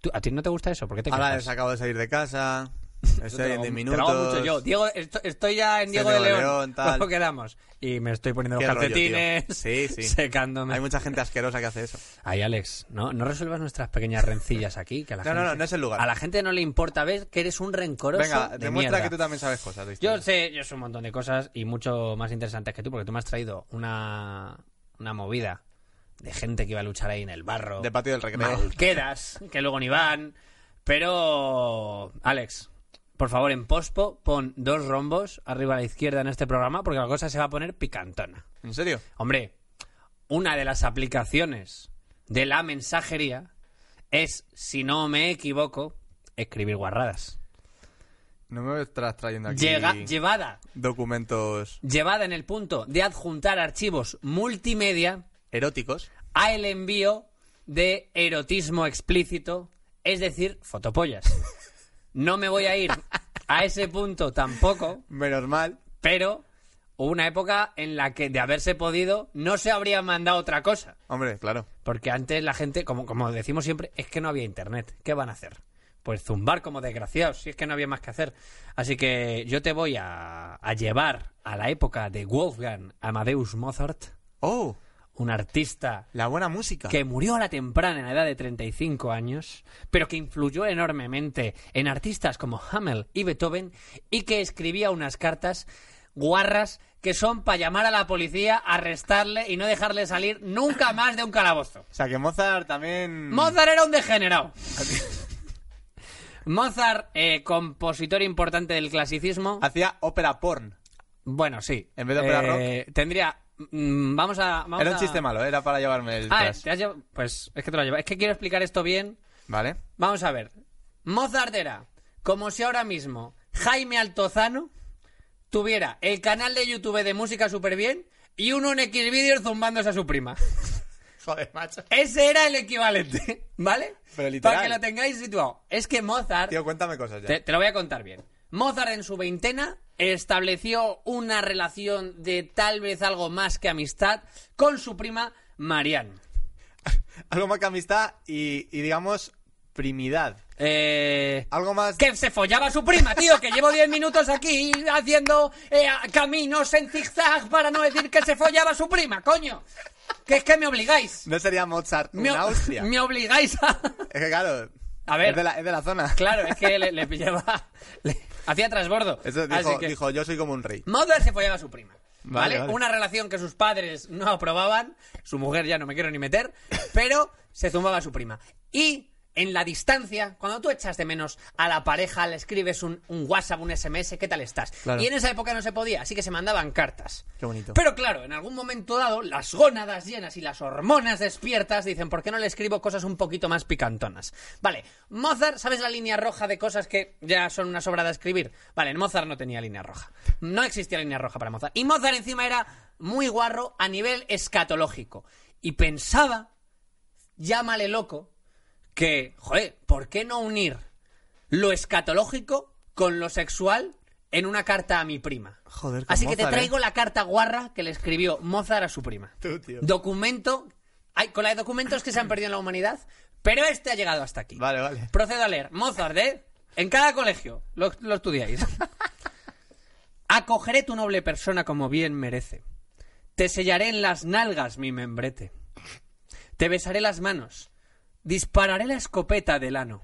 S2: Tú- ¿A ti no te gusta eso? ¿Por qué te
S3: Ahora
S2: quejas?
S3: les acabo de salir
S2: *laughs*
S3: de casa.
S2: Yo te lo
S3: Estoy en
S2: hago-
S3: 10
S2: Te
S3: minutos.
S2: lo hago mucho yo. Diego, esto- estoy ya en
S3: Soy
S2: Diego, de León.
S3: tal.
S2: ¿Cómo quedamos? Y me estoy poniendo los
S3: Qué rollo, tío.
S2: calcetines,
S3: Sí, sí.
S2: secándome.
S3: Hay mucha gente asquerosa que
S2: *laughs*
S3: hace eso.
S2: Ay, Alex, no, no resuelvas nuestras pequeñas rencillas aquí. Que a la
S3: No, no,
S2: gente,
S3: no, no es el lugar.
S2: A la gente no le importa ver que eres un rencoroso.
S3: Venga,
S2: de
S3: demuestra
S2: mierda.
S3: que tú también sabes cosas. de historia.
S2: Yo sé, yo sé un montón de cosas y mucho más interesantes que tú, porque tú me has traído una, una movida de gente que iba a luchar ahí en el barro.
S3: De patio del recreo.
S2: Malquedas, que luego ni van. Pero, Alex, por favor, en pospo pon dos rombos arriba a la izquierda en este programa, porque la cosa se va a poner picantona.
S3: ¿En serio?
S2: Hombre, una de las aplicaciones de la mensajería es, si no me equivoco, escribir guarradas.
S3: No me estás trayendo aquí
S2: Llega, llevada,
S3: documentos
S2: llevada en el punto de adjuntar archivos multimedia
S3: eróticos.
S2: a el envío de erotismo explícito, es decir, fotopollas. No me voy a ir a ese punto tampoco,
S3: Menos mal.
S2: pero hubo una época en la que de haberse podido no se habría mandado otra cosa.
S3: Hombre, claro.
S2: Porque antes la gente, como, como decimos siempre, es que no había internet. ¿Qué van a hacer? Pues zumbar como desgraciados, si es que no había más que hacer. Así que yo te voy a, a llevar a la época de Wolfgang Amadeus Mozart,
S3: Oh,
S2: un artista
S3: la buena música.
S2: que murió a la temprana edad de 35 años, pero que influyó enormemente en artistas como Hamel y Beethoven y que escribía unas cartas guarras que son para llamar a la policía, arrestarle y no dejarle salir nunca más de un calabozo.
S3: O sea, que Mozart también...
S2: Mozart era un degenerado. Mozart, eh, compositor importante del clasicismo.
S3: Hacía ópera porn.
S2: Bueno, sí.
S3: Ah, En vez de ópera
S2: Eh, Tendría. mm, vamos a. vamos
S3: Era un
S2: a-
S3: chiste malo, ¿eh? era para llevarme el
S2: Ah,
S3: tras.
S2: te has llevado- Pues es que te lo has llevado. Es que quiero explicar esto bien.
S3: ¿Vale?
S2: Vamos a ver. Mozart era como si ahora mismo Jaime Altozano tuviera el canal de YouTube de música súper bien y uno en Xvideos zumbándose a su prima.
S3: Joder, macho.
S2: Ese era el equivalente, *laughs* ¿vale?
S3: Pero literal.
S2: Para que lo tengáis situado. Es que Mozart
S3: Tío, cuéntame cosas ya.
S2: te, te lo voy a contar bien. Mozart en su veintena estableció una relación de tal vez algo más que amistad con su prima Marianne.
S3: Algo más que amistad y, y, digamos, primidad.
S2: Eh,
S3: Algo más...
S2: que se follaba a su prima, tío, que llevo 10 minutos aquí haciendo eh, caminos en zigzag para no decir que se follaba a su prima, coño. Que es que me obligáis.
S3: No sería Mozart,
S2: Me,
S3: una
S2: o-
S3: Austria.
S2: me obligáis a... *laughs*
S3: Es que claro,
S2: A ver.
S3: Es, de la, es de la zona.
S2: Claro, es que le, le pillaba... le- hacía trasbordo.
S3: Eso
S2: Así
S3: dijo,
S2: que-
S3: dijo, yo soy como un rey.
S2: Mother se follaba a su prima.
S3: Vale,
S2: ¿Vale?
S3: vale.
S2: Una relación que sus padres no aprobaban, su mujer ya no me quiero ni
S3: *coughs*
S2: meter, pero se zumbaba a su prima. Y en la distancia, cuando tú echas de menos a la pareja, le escribes un, un WhatsApp, un SMS, ¿qué tal estás?
S3: Claro.
S2: Y en esa época no se podía, así que se mandaban cartas.
S3: Qué bonito.
S2: Pero claro, en algún momento dado, las gónadas llenas y las hormonas despiertas dicen, ¿por qué no le escribo cosas un poquito más picantonas? Vale, Mozart, ¿sabes la línea roja de cosas que ya son una sobra de escribir? Vale, Mozart no tenía línea roja. No existía línea roja para Mozart. Y Mozart encima era muy guarro a nivel escatológico. Y pensaba, llámale loco, que, joder, ¿por qué no unir lo escatológico con lo sexual en una carta a mi prima?
S3: Joder, con
S2: Así que te
S3: Mozart, ¿eh?
S2: traigo la carta guarra que le escribió Mozart a su prima.
S3: Tú, tío.
S2: Documento. Hay, con la de documentos que se han perdido en la humanidad, pero este ha llegado hasta aquí.
S3: Vale, vale.
S2: Procedo a leer. Mozart, ¿eh? En cada colegio. Lo, lo estudiáis. *laughs* Acogeré tu noble persona como bien merece. Te sellaré en las nalgas mi membrete. Te besaré las manos. Dispararé la escopeta del ano.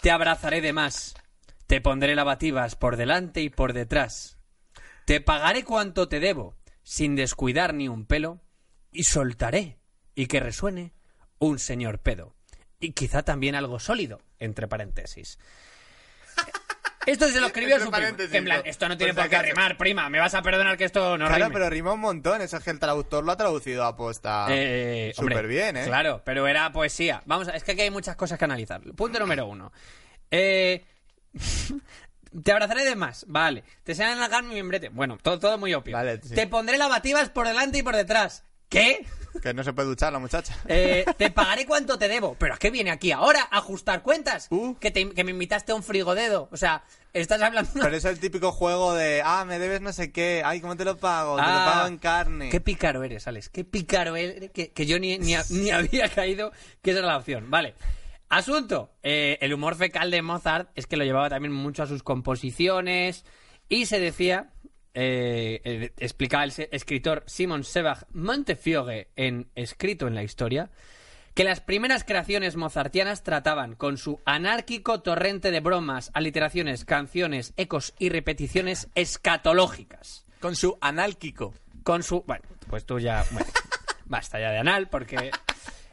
S2: Te abrazaré de más. Te pondré lavativas por delante y por detrás. Te pagaré cuanto te debo, sin descuidar ni un pelo, y soltaré, y que resuene, un señor pedo. Y quizá también algo sólido, entre paréntesis. Esto se lo escribió
S3: Entre
S2: su prima.
S3: paréntesis,
S2: que en plan,
S3: no.
S2: esto no tiene
S3: Por
S2: por
S3: si
S2: qué
S3: acaso.
S2: rimar, prima. Me vas a perdonar que esto no
S3: claro,
S2: rime.
S3: pero rima un montón. Eso es que el traductor lo ha traducido a posta
S2: Eh, hombre,
S3: súper bien, Ah, ¿eh?
S2: Claro, pero era poesía. Vamos, a- es que aquí hay muchas cosas que analizar. Punto número uno. Eh, *laughs* te abrazaré de más, vale. Te serán en la mi membrete. Bueno, todo, todo muy obvio.
S3: Vale, sí.
S2: Te pondré lavativas por delante y por detrás. ¿Qué?
S3: Que no se puede duchar la muchacha.
S2: *laughs* Eh, te pagaré cuanto te debo. Pero es que viene aquí ahora a ajustar cuentas.
S3: Uh.
S2: Que, te- que me invitaste a un frigodedo. O sea, estás hablando.
S3: Pero es el típico juego de, ah, me debes no sé qué, ay, ¿cómo te lo pago? Te
S2: Ah,
S3: lo pago en carne.
S2: Qué pícaro eres, Alex. Qué pícaro eres. Que, que yo ni, ni, ha- ni *laughs* había caído que esa era la opción. Vale. Asunto. Eh, el humor fecal de Mozart es que lo llevaba también mucho a sus composiciones. Y se decía. eh, eh, explicaba el se- escritor Simon Sebag Montefiore en Escrito en la Historia que las primeras creaciones mozartianas trataban con su anárquico torrente de bromas, aliteraciones, canciones, ecos y repeticiones escatológicas
S3: Con su análquico.
S2: con su... Bueno, pues tú ya... bueno, basta ya de anal porque...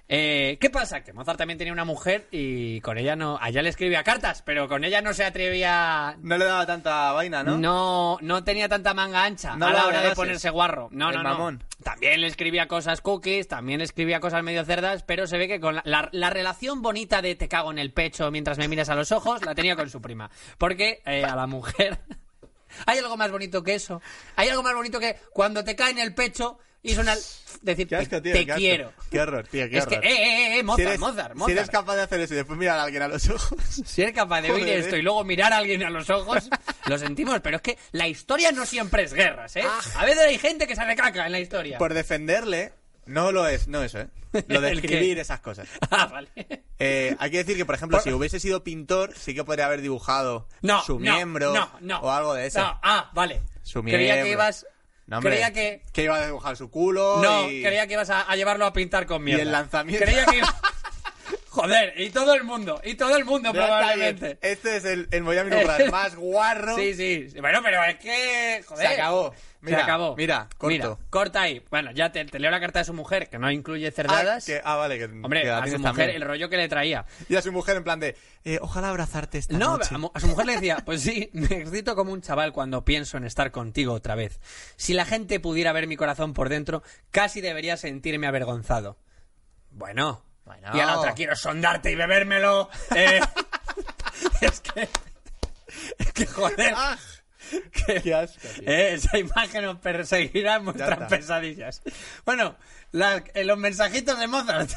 S2: eh, ¿Qué pasa? Que Mozart también tenía una mujer y con ella no... Allá le escribía cartas, pero con ella no se atrevía...
S3: No le daba tanta vaina, ¿no?
S2: No, no tenía tanta manga ancha
S3: No
S2: a la
S3: lo
S2: hora de
S3: abraces.
S2: ponerse guarro. No,
S3: El
S2: no, no.
S3: mamón.
S2: También le escribía cosas cookies, también le escribía cosas medio cerdas, pero se ve que con la, la- la relación bonita de te cago en el pecho mientras me miras a los ojos la tenía con su prima. Porque eh, a la mujer. *laughs* ¿Hay algo más bonito que eso? ¿Hay algo más bonito que cuando te cae en el pecho y suena. el- decir,
S3: Qué asco, tío.
S2: te
S3: qué asco.
S2: quiero.
S3: Qué horror, tío, qué
S2: es que,
S3: horror.
S2: eh, eh, eh, Mozart,
S3: si eres,
S2: Mozart,
S3: Si eres
S2: Mozart.
S3: capaz de hacer eso y después mirar a alguien a
S2: *laughs*
S3: los ojos.
S2: Si eres capaz de oír
S3: Joder,
S2: esto
S3: eh.
S2: y luego mirar a alguien a los ojos, lo sentimos, pero es que la historia no siempre es guerras, ¿eh? A veces hay gente que se recaca en la historia.
S3: Ah. Por defenderle, no lo es, no eso, ¿eh? Lo de
S2: *laughs* ¿El qué?
S3: escribir esas cosas.
S2: *laughs* Ah, vale.
S3: Eh, hay que decir que, por ejemplo, si hubiese sido pintor, sí que podría haber dibujado
S2: No,
S3: su
S2: no,
S3: miembro
S2: no, no.
S3: o algo de eso.
S2: No, ah, vale.
S3: Su
S2: Creía que
S3: miembro.
S2: ibas.
S3: No, hombre,
S2: creía que.
S3: iba a dibujar su culo.
S2: No,
S3: y...
S2: creía que ibas a, a llevarlo a pintar con mierda.
S3: *laughs* el lanzamiento.
S2: Creía que iba- *laughs* Joder, y todo el mundo, y todo el mundo
S3: Ya está bien.
S2: probablemente.
S3: Este es el, el
S2: *laughs*
S3: Miami Rural más guarro.
S2: Sí, sí. Bueno, pero es que. Joder.
S3: Se acabó. Mira,
S2: se acabó.
S3: Mira, corto.
S2: Mira, corta ahí. Bueno, ya te, te leo la carta de su mujer, que no incluye
S3: ah,
S2: cerdadas.
S3: que- ah, vale. Que, que
S2: Hombre,
S3: la
S2: a su
S3: tienes
S2: mujer,
S3: también.
S2: el rollo que le traía.
S3: Y a su mujer en plan de, eh, ojalá abrazarte esta
S2: No,
S3: noche.
S2: a, mu- a su mujer le decía, pues sí, *laughs* me excito como un chaval cuando pienso en estar contigo otra vez. Si la gente pudiera ver mi corazón por dentro, casi debería sentirme avergonzado. Bueno,
S3: Bueno.
S2: y a la otra quiero sondarte y
S3: *laughs*
S2: bebérmelo. eh. *laughs* es que, es que joder,
S3: ¡Ah!
S2: que-
S3: *laughs* ¡Qué asco, tío.
S2: eh, esa imagen os perseguirá en
S3: está.
S2: vuestras pesadillas. Bueno, la- eh, los mensajitos de
S3: *laughs*
S2: Mozart.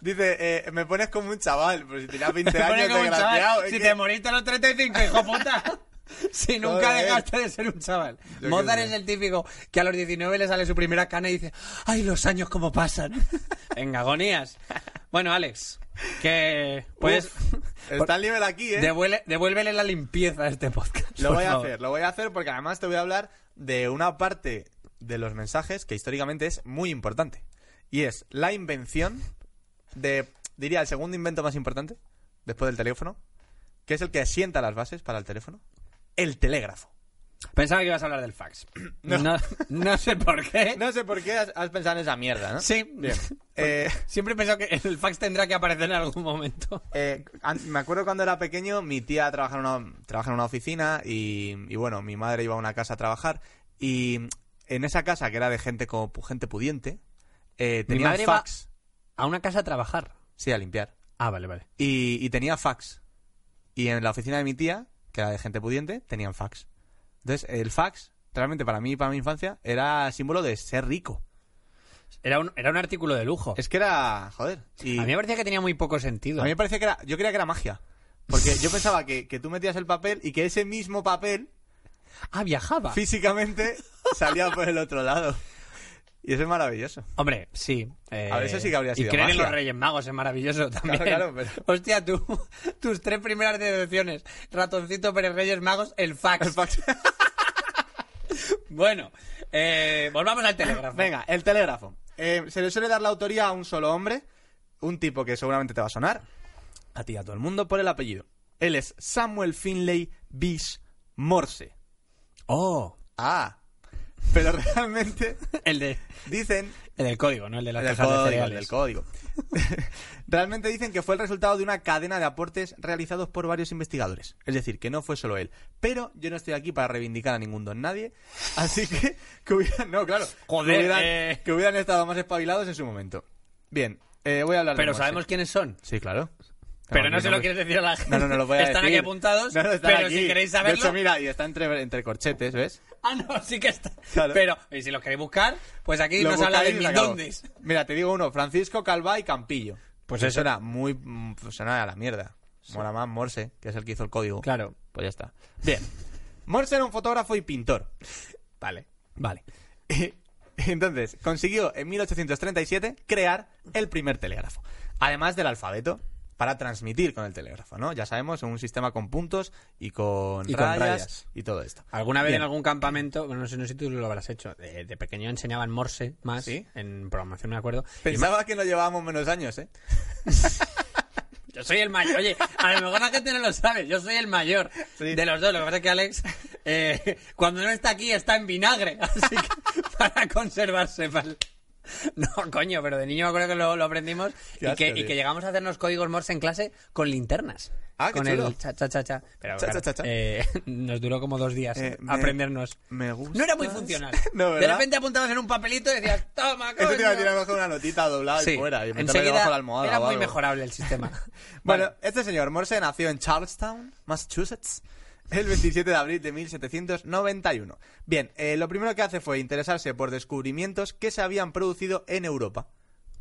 S3: Dice, eh, me pones como un chaval, pero si tenías
S2: *laughs*
S3: 20
S2: Te pone
S3: años,
S2: como un chaval.
S3: desgraciado. es
S2: Si
S3: que-
S2: te moriste a los 35, hijo puta. *laughs* Si nunca
S3: Joder.
S2: dejaste de ser un chaval.
S3: qué
S2: Mozart
S3: sé.
S2: es el típico que a los 19 le sale su primera cana y dice, ay, los años como
S3: *laughs*
S2: pasan. en agonías. Bueno, Alex, que puedes...
S3: Está el nivel aquí, ¿eh?
S2: Devuele- devuélvele la limpieza a este podcast.
S3: Lo
S2: por
S3: voy a
S2: favor.
S3: hacer, lo voy a hacer porque además te voy a hablar de una parte de los mensajes que históricamente es muy importante. Y es la invención de, diría, el segundo invento más importante, después del teléfono, que es el que asienta las bases para el teléfono, el telégrafo.
S2: Pensaba que ibas a hablar del fax. No,
S3: No.
S2: no, sé por qué.
S3: No sé por qué has, has pensado en esa mierda, ¿no?
S2: Sí.
S3: Bien. Eh,
S2: Siempre he pensado que el fax tendrá que aparecer en algún momento.
S3: Eh, an- me acuerdo cuando era pequeño, mi tía trabaja en una, trabaja en una oficina y, y bueno, mi madre iba a una casa a trabajar y en esa casa que era de gente como pu- gente pudiente, eh,
S2: Mi
S3: tenía
S2: madre iba-
S3: fax,
S2: A una casa a trabajar.
S3: sí, a limpiar,
S2: Ah, vale, vale.
S3: y, y tenía fax. Y en la oficina de mi tía, que era de gente pudiente, tenían fax. Entonces, el fax, realmente para mí y para mi infancia, era símbolo de ser rico.
S2: Era un, era un artículo de lujo.
S3: Es que era, joder. Y
S2: A mí me parecía que tenía muy poco sentido.
S3: A mí me parecía que era. Yo creía que era magia. Porque yo pensaba que, que tú metías el papel y que ese mismo papel
S2: Ah, viajaba.
S3: físicamente salía por el otro lado. Y eso es maravilloso.
S2: Hombre, sí. eh,
S3: A ver, eso sí que habría
S2: Y
S3: sido
S2: creer en
S3: magia.
S2: los Reyes Magos es maravilloso también.
S3: Claro, claro, pero-
S2: Hostia, tú, tus tres primeras deducciones. Ratoncito Pérez Reyes Magos, el fax.
S3: El fax.
S2: *laughs* Bueno, eh, volvamos al telégrafo.
S3: Venga, el telégrafo. Eh, se le suele dar la autoría a un solo hombre, un tipo que seguramente te va a sonar, a ti y a todo el mundo, por el apellido. Él es Samuel Finlay Bish Morse.
S2: Oh,
S3: Ah, pero *laughs* realmente
S2: el, de,
S3: dicen
S2: el del código, ¿no? El de las
S3: El del
S2: cajas de
S3: código, el
S2: cereales.
S3: del código. *laughs* Realmente dicen que fue el resultado de una cadena de aportes realizados por varios investigadores. Es decir, que no fue solo él. Pero yo no estoy aquí para reivindicar a ningún don nadie. *laughs* Así que, que hubieran, no, claro,
S2: Joder,
S3: que, hubieran,
S2: eh.
S3: que hubieran estado más espabilados en su momento. Bien, eh, voy a hablar de
S2: Pero
S3: Morse.
S2: sabemos quiénes son.
S3: Sí, claro.
S2: Pero no
S3: Aquí
S2: se lo
S3: nombres.
S2: quieres decir a la gente.
S3: *laughs* No, no, no lo voy
S2: *laughs*
S3: a
S2: Están aquí
S3: decir.
S2: apuntados,
S3: No, no, están
S2: pero
S3: aquí.
S2: si queréis
S3: De
S2: saberlo...
S3: hecho, mira, y está entre, entre corchetes, ¿ves?
S2: *laughs* Ah, no, sí que está.
S3: Claro.
S2: Pero, y si los queréis buscar, pues aquí
S3: Lo
S2: nos habla de
S3: buscáis y se
S2: mis
S3: acabó.
S2: dondes.
S3: Mira, te digo uno, Francisco Calvá y Campillo.
S2: Pues
S3: Que
S2: eso.
S3: suena muy mm, pues suena a la mierda. Mola más Morse, que es el que hizo el código.
S2: Claro.
S3: Pues ya está. Bien. Morse era un fotógrafo y pintor. *laughs* Vale.
S2: Vale.
S3: Entonces, consiguió en 1837 crear el primer telégrafo. Además del alfabeto, para transmitir con el telégrafo, ¿no? Ya sabemos, un sistema con puntos y con,
S2: Y con
S3: rayas,
S2: rayas.
S3: y todo esto.
S2: ¿Alguna vez
S3: Bien.
S2: en algún campamento, bueno, no sé, no sé si tú lo habrás hecho, de, de pequeño enseñaban Morse más,
S3: ¿Sí?
S2: en programación me acuerdo. Y
S3: Pensaba que no llevábamos menos años, ¿eh?
S2: ma- yo soy el mayor, oye, a lo mejor la gente no lo sabe, yo soy el mayor
S3: Sí.
S2: de los dos, lo que pasa es que Alex, eh, cuando no está aquí está en vinagre, *laughs* así que para conservarse, ¿vale? No, coño, pero de niño me acuerdo que lo, lo aprendimos
S3: Qué
S2: y,
S3: asco,
S2: que, y
S3: tío.
S2: que llegamos a hacernos códigos Morse en clase con linternas.
S3: Ah, qué
S2: con
S3: chulo.
S2: el cha cha cha cha. Pero
S3: Cha,
S2: claro,
S3: cha, cha, cha.
S2: eh, *laughs* nos duró como dos días
S3: Eh, me-
S2: aprendernos.
S3: Me gusta.
S2: No era muy funcional.
S3: *laughs* No,
S2: de
S3: ¿verdad?
S2: repente apuntabas en un papelito y decías, toma, coño.
S3: Eso te iba a tirar abajo una notita doblada
S2: Sí,
S3: y fuera. Y meterla
S2: enseguida
S3: debajo de la almohada.
S2: era
S3: o
S2: muy
S3: algo.
S2: mejorable el sistema.
S3: *laughs* Bueno,
S2: Vale.
S3: este señor Morse nació en Charlestown, Massachusetts, el 27 de abril de 1791. Bien, eh, lo primero que hace fue interesarse por descubrimientos que se habían producido en Europa,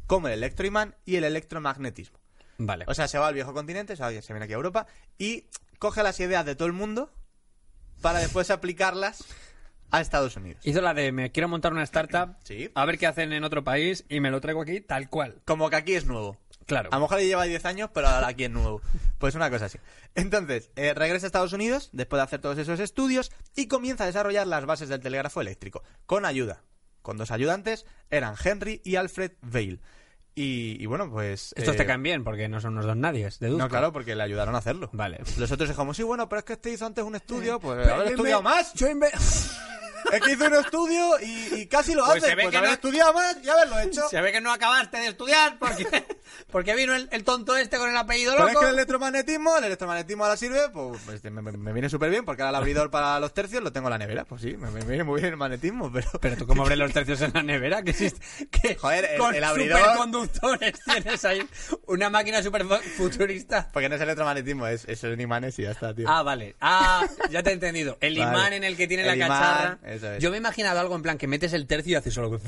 S3: como el electroimán y el electromagnetismo.
S2: Vale.
S3: O sea, se va al viejo continente, o sea, se viene aquí a Europa y coge las ideas de todo el mundo para después aplicarlas a Estados Unidos.
S2: Hizo la de me quiero montar una startup,
S3: *clears throat* Sí.
S2: a ver qué hacen en otro país y me lo traigo aquí tal cual.
S3: Como que aquí es nuevo.
S2: Claro.
S3: A lo mejor lleva 10 años, pero ahora aquí es nuevo. Pues una cosa así. Entonces, eh, regresa a Estados Unidos después de hacer todos esos estudios y comienza a desarrollar las bases del telégrafo eléctrico, con ayuda. Con dos ayudantes, eran Henry y Alfred Vail. Y, y bueno, pues...
S2: Estos
S3: eh,
S2: te caen bien porque no son unos dos nadies, deduzco.
S3: No, claro, porque le ayudaron a hacerlo.
S2: Vale. Eh,
S3: Los otros es como, sí, bueno, pero es que este hizo antes un estudio, pues haber estudiado más.
S2: Yo inve-
S3: Es que hizo un estudio y, y casi lo
S2: Pues
S3: hace.
S2: se ve
S3: Pues
S2: que
S3: haber
S2: no-
S3: estudiado más y haberlo hecho.
S2: *laughs* Se ve que no acabaste de estudiar porque, *laughs* porque vino el, el tonto este con el apellido
S3: Pero es
S2: loco.
S3: que el electromagnetismo, el electromagnetismo ahora sirve, pues este, me, me- me viene súper bien, porque ahora el abridor para los tercios lo tengo en la nevera, pues sí, me, me viene muy bien el magnetismo, pero...
S2: Pero tú cómo abres los tercios en la nevera, que existe que
S3: Joder, el-
S2: con
S3: el abridor-
S2: superconductores tienes ahí una máquina super futurista.
S3: *laughs* Porque no es electromagnetismo, es, es un imanes y ya está, tío.
S2: Ah, vale. Ah, ya te he entendido. El
S3: Vale.
S2: imán en el que tiene
S3: El
S2: la
S3: imán,
S2: cacharra.
S3: eso es.
S2: Yo me he imaginado algo en plan que metes el tercio y haces solo. que-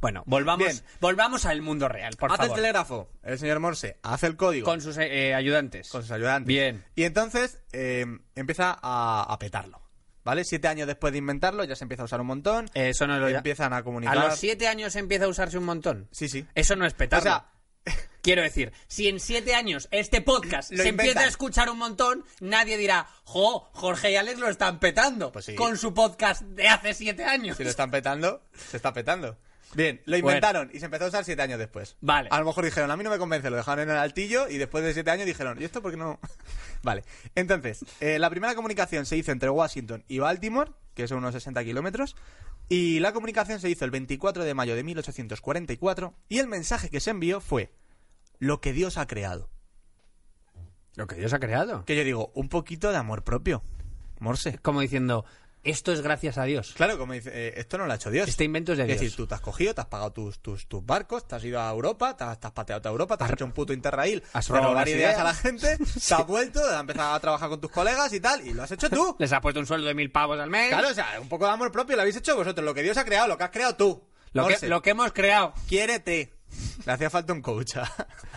S2: Bueno, volvamos,
S3: Bien.
S2: volvamos al mundo real, por
S3: hace el
S2: favor.
S3: telégrafo, el señor Morse, hace el código.
S2: Con sus eh, ayudantes.
S3: con sus ayudantes.
S2: Bien.
S3: Y entonces eh, empieza a, a petarlo, ¿vale? Siete años después de inventarlo ya se empieza a usar un montón.
S2: Eh, Eso no lo
S3: empiezan a comunicar.
S2: A los siete años empieza a usarse un montón.
S3: Sí, sí.
S2: Eso no es
S3: O
S2: petardo.
S3: sea, *laughs*
S2: Quiero decir, si en siete años este podcast
S3: Lo
S2: se
S3: inventan.
S2: empieza a escuchar un montón, nadie dirá, jo, Jorge y Alex lo están petando
S3: Pues sí.
S2: con su podcast de hace siete años.
S3: si lo están petando, se está petando. Bien, lo
S2: Bueno.
S3: inventaron y se empezó a usar siete años después.
S2: Vale.
S3: A lo mejor dijeron, a mí no me convence, lo dejaron en el altillo y después de siete años dijeron, ¿y esto por qué no? *laughs* vale. Entonces, eh, la primera comunicación se hizo entre Washington y Baltimore, que son unos 60 kilómetros, y la comunicación se hizo el 24 de mayo de 1844 y el mensaje que se envió fue, lo que Dios ha creado.
S2: Lo que Dios ha creado.
S3: Que yo digo, un poquito de amor propio. Morse.
S2: Como diciendo, esto es gracias a Dios.
S3: Claro, como dice, eh, esto no lo ha hecho Dios.
S2: Este invento es de Dios.
S3: decir, tú te has cogido, te has pagado tus, tus, tus barcos, te has ido a Europa, te has, te has pateado a Europa, te has hecho un puto interrail,
S2: has
S3: de
S2: robado
S3: robar
S2: las
S3: ideas
S2: ideas.
S3: a
S2: *laughs*
S3: la gente, te has vuelto, has empezado a trabajar con tus colegas y tal, y lo has
S2: *laughs*
S3: hecho tú.
S2: Les has puesto un sueldo de mil pavos al mes.
S3: claro, o sea, un poco de amor propio lo habéis hecho vosotros, lo que Dios ha creado, lo que has creado tú.
S2: lo, que,
S3: Morse,
S2: lo que hemos creado.
S3: Quiérete. Le hacía falta un coach a,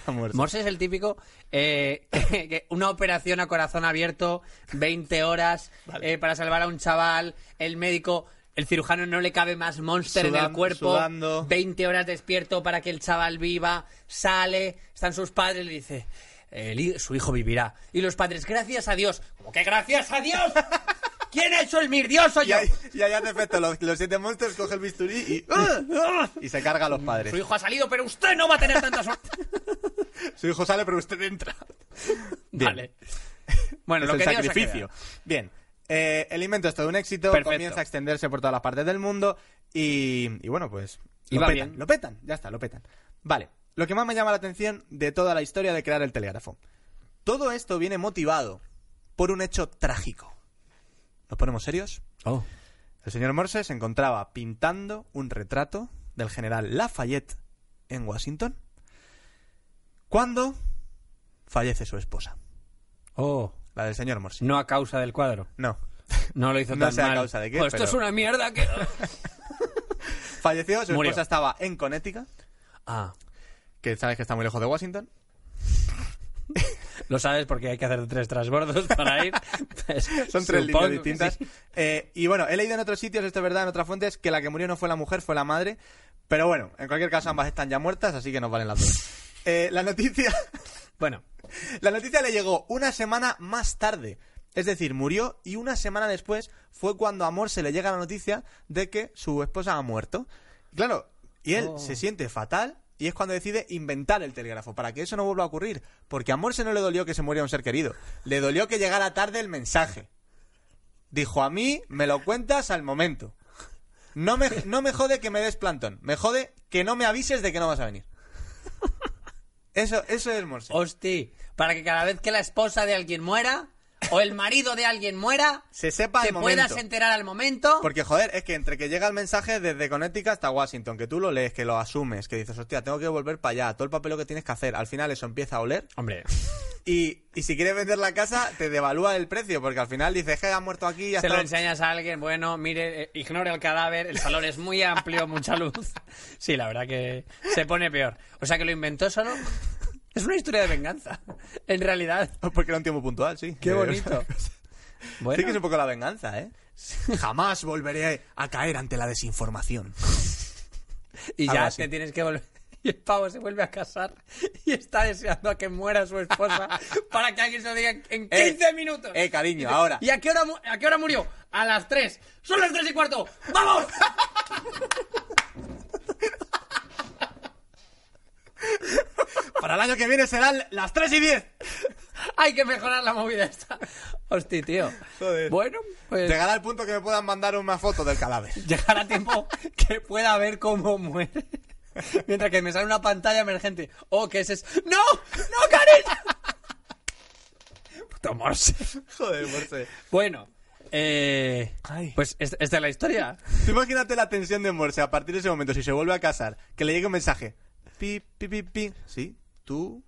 S3: a Morse.
S2: Morse es el típico, eh, *laughs* que una operación a corazón abierto, 20 horas eh, para salvar a un chaval, el médico, el cirujano no le cabe más monster en el
S3: Sudan-
S2: cuerpo,
S3: sudando.
S2: 20 horas despierto para que el chaval viva, sale, están sus padres, le dice, el hi- su hijo vivirá. Y los padres, gracias a Dios, como que gracias a Dios,
S3: *laughs*
S2: ¿quién ha hecho el mirdioso
S3: Y
S2: yo?
S3: ahí, y ahí hace efecto, los, los siete monsters coge el
S2: *laughs*
S3: bisturí y, y se carga a los padres.
S2: Su hijo ha salido, pero usted no va a tener tanta suerte.
S3: Su hijo sale, pero usted entra. Bien.
S2: Vale. Bueno,
S3: es
S2: lo
S3: el
S2: que Dios ha
S3: sacrificio.
S2: creado.
S3: Bien. Eh, el invento es todo un éxito,
S2: Perfecto.
S3: comienza a extenderse por todas las partes del mundo y, y bueno, pues
S2: Y
S3: lo
S2: va
S3: petan,
S2: bien.
S3: lo petan, ya está, lo petan. Vale, lo que más me llama la atención de toda la historia de crear el telégrafo. Todo esto viene motivado por un hecho trágico. ¿Nos ponemos serios? El señor Morse se encontraba pintando un retrato del general Lafayette en Washington cuando fallece su esposa,
S2: Oh.
S3: la del señor Morse.
S2: No a causa del cuadro.
S3: No.
S2: *laughs* No lo hizo
S3: No
S2: tan
S3: sé a
S2: mal.
S3: causa de qué,
S2: Pues esto
S3: pero-
S2: es una mierda que...
S3: Falleció, su
S2: Murió.
S3: esposa estaba en Connecticut,
S2: *laughs* ah,
S3: que sabes que está muy lejos de Washington.
S2: lo sabes porque hay que hacer tres transbordos para *laughs* ir. Pues,
S3: Son tres
S2: supongo
S3: líneas
S2: que
S3: distintas.
S2: sí.
S3: Eh, y bueno, he leído en otros sitios, esto es verdad, en otras fuentes, que la que murió no fue la mujer, fue la madre. Pero bueno, en cualquier caso ambas están ya muertas, así que nos valen las dos. Eh, la noticia...
S2: Bueno,
S3: La noticia le llegó una semana más tarde. Es decir, murió y una semana después fue cuando a Morse le llega la noticia de que su esposa ha muerto. Claro, y él
S2: Oh.
S3: se siente fatal y es cuando decide inventar el telégrafo para que eso no vuelva a ocurrir. Porque a Morse no le dolió que se muriera un ser querido, le dolió que llegara tarde el mensaje. Dijo a mí, me lo cuentas al momento. No me, no me jode que me des plantón, me jode que no me avises de que no vas a venir. Eso, eso es Morse.
S2: hosti, para que cada vez que la esposa de alguien muera o el marido de alguien muera,
S3: Se sepa
S2: te
S3: el
S2: puedas
S3: momento.
S2: enterar al momento.
S3: Porque, joder, es que entre que llega el mensaje desde Connecticut hasta Washington, que tú lo lees, que lo asumes, que dices, hostia, tengo que volver para allá, todo el papeleo que tienes que hacer, al final eso empieza a oler.
S2: Hombre,
S3: Y, y si quieres vender la casa, te devalúa el precio, porque al final dices, que has muerto aquí, ya
S2: se lo
S3: está.
S2: enseñas a alguien, bueno, mire, eh, ignore el cadáver, el salón es muy amplio, mucha luz. *laughs* Sí, la verdad que se pone peor. O sea que lo inventó solo. *laughs* Es una historia de venganza, en realidad.
S3: *laughs* Porque era un tiempo puntual, sí.
S2: Qué
S3: *laughs* Eh,
S2: bonito. Bueno,
S3: Sí que es un poco la venganza, ¿eh? Jamás volveré a caer ante
S2: *laughs*
S3: la desinformación.
S2: y
S3: algo
S2: ya
S3: así.
S2: te tienes que volver. *laughs* Y el pavo se vuelve a casar y está deseando a que muera su
S3: *laughs*
S2: esposa para que alguien se lo diga en 15
S3: Eh,
S2: minutos.
S3: eh, cariño, ahora.
S2: ¿Y a qué, hora, mu- a qué hora murió? A las 3. Son las 3 y cuarto. ¡Vamos!
S3: *laughs* Para el año que viene serán las 3 y 10.
S2: Hay que mejorar la movida esta. Hostia, tío.
S3: Joder.
S2: Bueno, pues
S3: Llegará el punto que me puedan mandar una foto del cadáver. *laughs*
S2: llegar a tiempo que pueda ver cómo muere. Mientras que me sale una pantalla emergente. Oh, ¿qué es eso? ¡No! ¡No, Karen! Puto morse.
S3: Joder, Morse.
S2: Bueno, eh,
S3: Ay.
S2: pues es- esta es la
S3: *laughs*
S2: historia.
S3: Tú imagínate la tensión de Morse a partir de ese momento, si se vuelve a casar, que le llegue un mensaje. Pi, pi, pi, pi. Sí, tú,